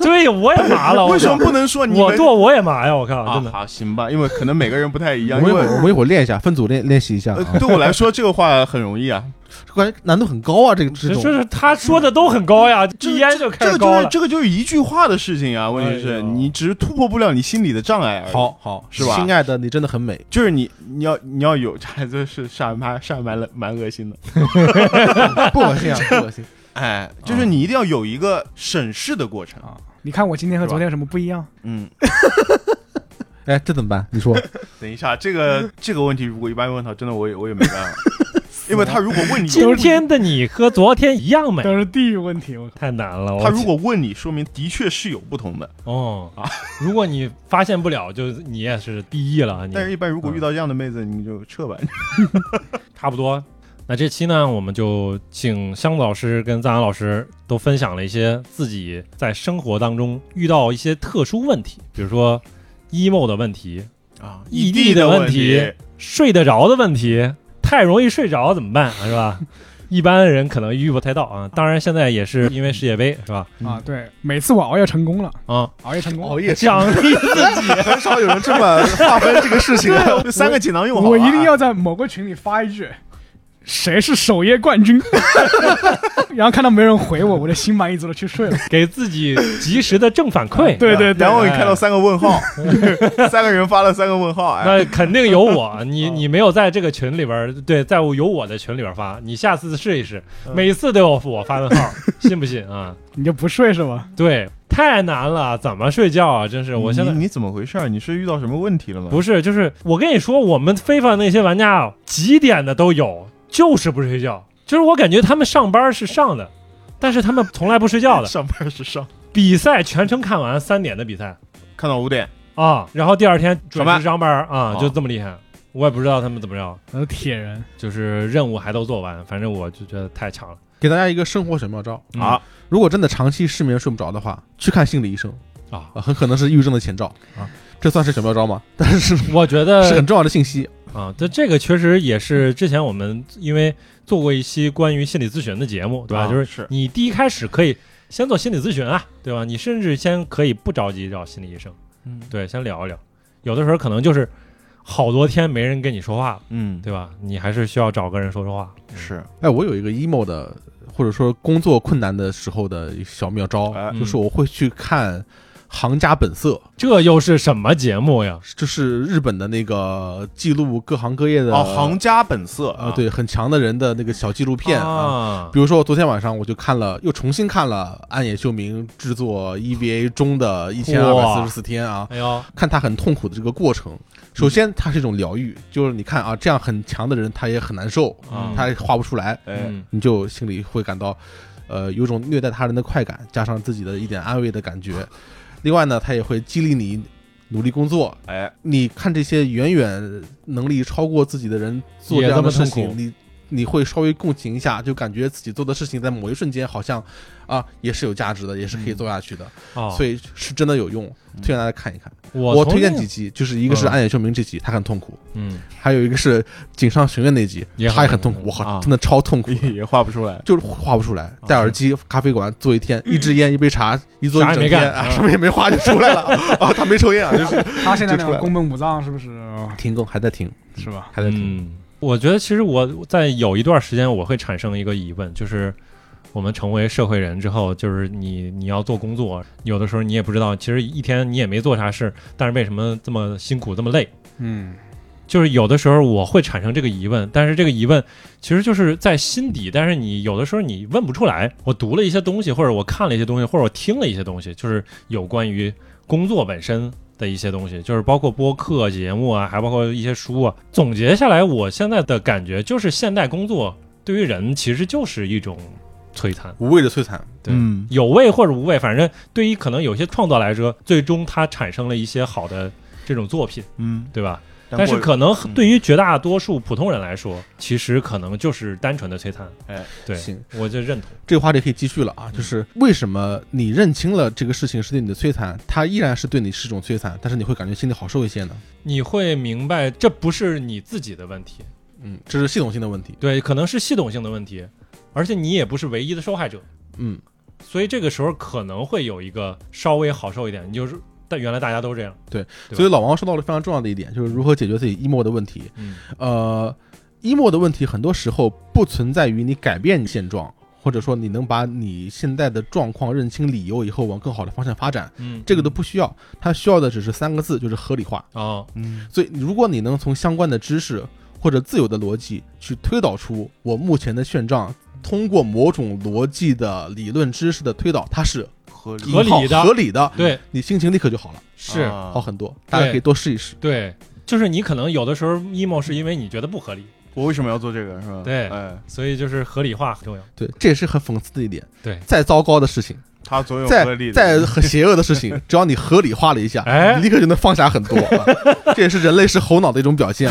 对，我也麻了，
为
我
什
靠
么不能说？你
我
们
剁我也麻呀！我靠，
啊
真，的，
好行吧，因为可能每个人不太一
我
样，
们一
因
会
为
儿我们一会儿练一下，分组练练习一下
呃
啊。
对我来说这个话很容易啊，
感觉难度很高啊，这个这
这
种
就。是他说的都很高呀，一烟就 <laughs> 开
这
始
个
高
就是
了。
这个就是一句话的事情啊，问题
哎
是
呦
你只是突破不了你心里的障碍而已。，
好好
是吧
亲爱的，你真的
<laughs>
很美。
就是你你要你要有，这还真是煞蛮煞蛮了蛮恶心的。
不恶心啊，不恶心。
哎，就是你一定要有一个审视的过程。
啊
你看我今天和昨天有什么不一样？
嗯，
哎，这怎么办？
<laughs>
你说，
等一下，这个这个问题如果一般问他，真的我也我也没
<laughs>
办法，因为他如果问你，
今天的你和昨天一样美，
都是地域问题，我靠
太难了。我
他如果问你，说明的确是有不同的。
哦
啊，
如果你发现不了，就你也是 BE 了啊，你
但是，一般如果遇到这样的妹子，你就撤吧。
差不多。那这期呢，我们就请箱子老师跟赞扬老师都分享了一些自己在生活当中遇到一些特殊问题，比如说 emo 的问题、
<laughs> 啊，
异
地
地
的
的
问
问题，
<laughs>
睡得着的问题，太容易睡着怎么办，是吧？ <laughs> 一般人可能遇不太到啊。当然，现在也是因为世界杯，是吧？ <laughs>
啊！对，每次我熬夜成功了，
啊，
熬夜成功了，
夜
奖励自己。
很少有人这么划分这个事情啊。
这三个锦囊用好，啊
我一定。要在某个群里发一句：“谁是首页冠军？” <laughs> 然后看到没人回我，我就心满意足的去睡了。
给自己及时的正反馈。
对对哎对
然后你看到三个问
<laughs>
号，三个人发了三个问号，哎，嗯
那肯定有
<laughs>
我，你你没有在这个群里边儿，对，在我有我的群里边儿发，你下次试一试，
嗯
每次都有我发问号，信不信啊？
你就不睡是吧？
对，太难了，怎么睡觉啊？真是，我现在
你你怎么回事儿？你是遇到什么问题了吗？
不是，就是我跟你说，我们非法那些玩家啊，几点的都有，就是不睡觉，就是我感觉他们上班是上的，但是他们从来不睡觉的，
<laughs> 上班是上，
比赛全程看完三点的比赛
看到五点，
啊，然后第二天准
上班
时上班儿啊
哦，
就这么厉害，我也不知道他们怎么着。
我是铁人，
就是任务还都做完，反正我就觉得太强了。
给大家一个生活小妙招
嗯
啊！
如果真的长期失眠睡不着的话，去看心理医生
啊，
啊，很可能是抑郁症的前兆啊。这算是小妙招吗？ <laughs> 但是
我觉
呃
是
得
很重要的信息。
啊，这这个确实也是之前我们因为做过一期关于心理咨询的节目，对吧？
啊
就是
是
你第一开始可以先做心理咨询啊，对吧？你甚至先可以不着急找心理医生，
嗯
对，先聊一聊。有的时候可能就是好多天没人跟你说话了，
嗯，
对吧？你还是需要找个人说说话。
是，
哎，我有一个 emo 的，或者说工作困难的时候的小妙招，
哎
就是我会去看行家本色》，
这又是什么节目呀？
这是日本的那个记录各行各业的
哦，行家本色
啊，对，很强的人的那个小纪录片啊。
啊，
比如说，我昨天晚上我就看了，又重新看了安野秀明制作 EVA 中的一千二百四十四天啊，
哎呦，
看他很痛苦的这个过程。首先，它是一种疗愈，就是你看啊，这样很强的人他也很难受，
嗯
他也画不出来，
哎，
嗯
你就心里会感到，呃，有种虐待他人的快感，加上自己的一点安慰的感觉。另外呢，他也会激励你努力工作。 <laughs>
哎，
你看这些远远能力超过自己的人做
也
这样的
这么
事
痛苦
情，你你会稍微共情一下，就感觉自己做的事情在某一瞬间好像啊也是有价值的，也是
嗯
可以做下去的，
哦，
所以是真的有用，推荐大家看一看。
我
我
从
推荐
那
几，集，就是一个是
嗯
暗野秀明这集，他很痛苦。
嗯，
还有一个是井上雄彦那集
也，很
他也很
痛
痛
苦
苦，我靠
啊，
真的超痛苦
<laughs>
的，
也画不出来，
就是画不出来，戴耳机咖啡馆坐一天，一支烟一杯茶，一坐
嗯啥也
一整
没
天
干嗯
啊，什么也没画就出
<laughs>
来了
哦
啊，他没抽烟啊，就是
他现在
就
那
出
个
来了
宫本武藏是不是
停更还在停，
是吧？
还在停，
嗯，我觉得其实我在有一段时间我会产生一个疑问，就是我们成为社会人之后，就是你你要做工作，有的时候你也不知道，其实一天你也没做啥事，但是为什么这么辛苦这么累？
嗯，
就是有的时候我会产生这个疑问，但是这个疑问其实就是在心底，但是你有的时候你问不出来。我读了一些东西，或者我看了一些东西，或者我听了一些东西，就是有关于工作本身的一些东西，就是包括播客节目啊，还包括一些书啊。总结下来，我现在的感觉就是现代工作对于人其实就是一种摧残。
无谓的摧残，
对
嗯，
有味或者无味，反正对于可能有些创作来说，最终它产生了一些好的这种作品，
嗯，
对吧？但是
我
可能
嗯
对于绝大多数普通人来说，其实可能就是单纯的摧残。
哎，
对，嗯
行，
我就认同。
这个话题可以继续了啊，就是为什么你认清了这个事情是对你的摧残，它依然是对你是一种摧残，但是你会感觉心里好受一些呢？
你会明白，这不是你自己的问题，
嗯，这是系统性的问题，
对，可能是系统性的问题，而且你也不是唯一的受害者，
嗯，
所以这个时候可能会有一个稍微好受一点。你就是，但原来大家都这样，对吧
所以老王说到了非常重要的一点，就是如何解决自己 emo 的问题，
嗯，
呃，emo 的问题很多时候不存在于你改变现状，或者说你能把你现在的状况认清理由以后往更好的方向发展，
嗯
这个都不需要，它需要的只是三个字，就是合理化。
哦，
嗯
所以，如果你能从相关的知识或者自由的逻辑去推导出我目前的现状，通过某种逻辑的理论知识的推导，它是
合理
合理
引号
的嗯
合理的，
对，
你心情立刻就好了，哦
是，
啊
好很多。大家可以多试一试。
对，就是你可能有的时候 emo 是因为你觉得不合理，
我为什么要做这个是吧？
对
哎，
所以就是合理化很重要。
对，这也是很讽刺的一点。
对
再糟糕的事情。
他总有
在
合理的
在很邪恶的事情，只要你合理化了一下，
哎
你立刻就能放下很多。啊这也是人类是猴脑的一种
<laughs>
表现。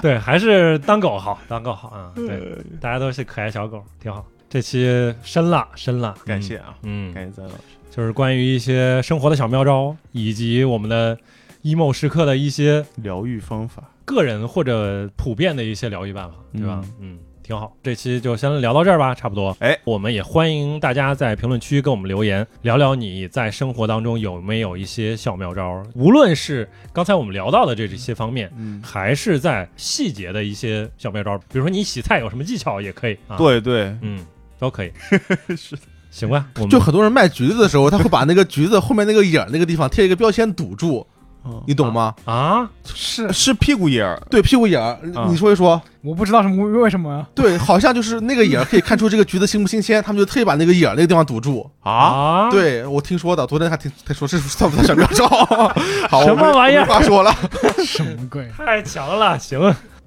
对，还是当狗好，当狗好啊、嗯！对，大家都是可爱小狗，挺好。这期深了，深了，
感谢啊，
嗯，嗯，
感谢咱老师，
就是关于一些生活的小妙招，以及我们的 emo 时刻的一些
疗愈方法，
个人或者普遍的一些疗愈办法，对吧
嗯？
嗯。挺好，这期就先聊到这儿吧，差不多。
哎，
我们也欢迎大家在评论区跟我们留言，聊聊你在生活当中有没有一些小妙招，无论是刚才我们聊到的这这些方面，
嗯，
还是在细节的一些小妙招，比如说你洗菜有什么技巧也可以啊。，
对对，
嗯，都可以，
<laughs> 是的，
行吧？我们
就很多人卖橘子的时候，他会把那个橘子后面那个眼儿那个地方贴一个标签堵住，
嗯
你懂吗？
啊，
是
是屁股眼儿，
嗯
对，屁股眼儿，
啊
你说一说。
我不知道什么为什么
对，好像就是那个眼儿可以看出这个橘子新不新鲜，他们就特意把那个眼儿那个地方堵住。
啊，
对我听说的，昨天还听他说这算不算小妙招？好，
什么
我没
玩意儿，
我没话说了，
什么鬼
太强了，行。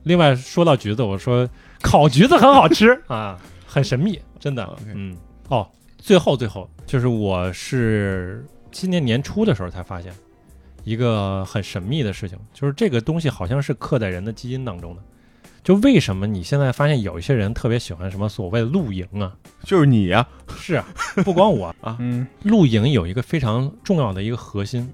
另外说到橘子，我说烤橘子很好
<laughs>
吃啊，很神秘，真的
OK。
嗯，哦，最后最后就是我是今年年初的时候才发现一个很神秘的事情，就是这个东西好像是刻在人的基因当中的。就为什么你现在发现有一些人特别喜欢什么所谓的露营啊？
就是你呀，
是啊，不光我，
嗯，
露营有一个非常重要的一个核心，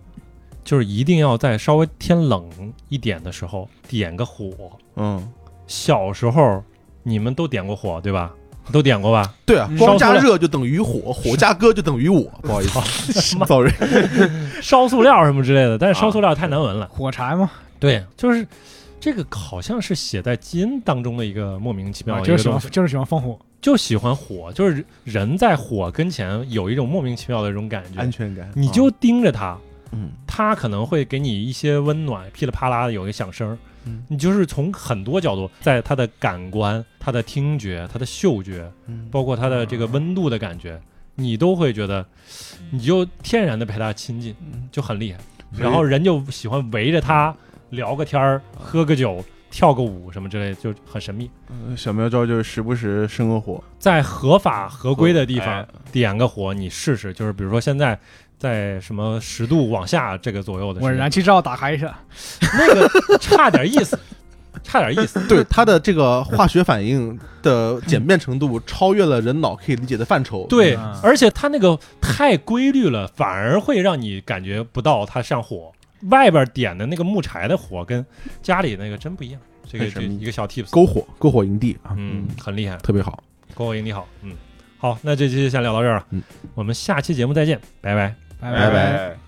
就是一定要在稍微天冷一点的时候点个火。
嗯，
小时候你们都点过火对吧？都点过吧？
对啊
嗯，
光加
烧出
热就等于火，火加歌就等于我，不好意思
<laughs>
，sorry。
烧塑料什么之类的，但是烧塑料太难闻了。
火柴嘛，
对，就是这个好像是写在基因当中的一个莫名其妙
啊
的一
就
个
是喜
东
欢
西。
就是喜欢放火，
就喜欢火，就是人在火跟前有一种莫名其妙的这种感觉
啊
安，全感，
你就盯着它，
嗯
它可能会给你一些温暖，噼里啪啦的有一个响声儿
嗯。
你就是从很多角度，在它的感官、它的听觉、它的嗅觉，
嗯
包括它的这个温度的感觉，你都会觉得，你就天然的陪它亲近，
嗯
就很厉害。
所以
然后人就喜欢围着它聊个天儿、喝个酒、跳个舞什么之类的，就很神秘。
呃小妙招就是时不时生个火，
在合法合规的地方
哎
点个火，你试试。就是比如说现在在什么十度往下这个左右的时
我
间，
燃气罩打开一下，
那个差点意思，差点意 <laughs> 思。
对它的这个化学反应的简便程度超越了人脑可以理解的范畴。
对
嗯，
而且它那个太规律了，反而会让你感觉不到它上火。外边点的那个木柴的火跟家里那个真不一样，这个
很
这
神秘
一个小 tips，
篝火，篝火营地啊，
嗯，很厉害。
特别好。
郭伟，你好，嗯，好，那这期先聊到这儿了
嗯，
我们下期节目再见，拜拜。
拜
拜。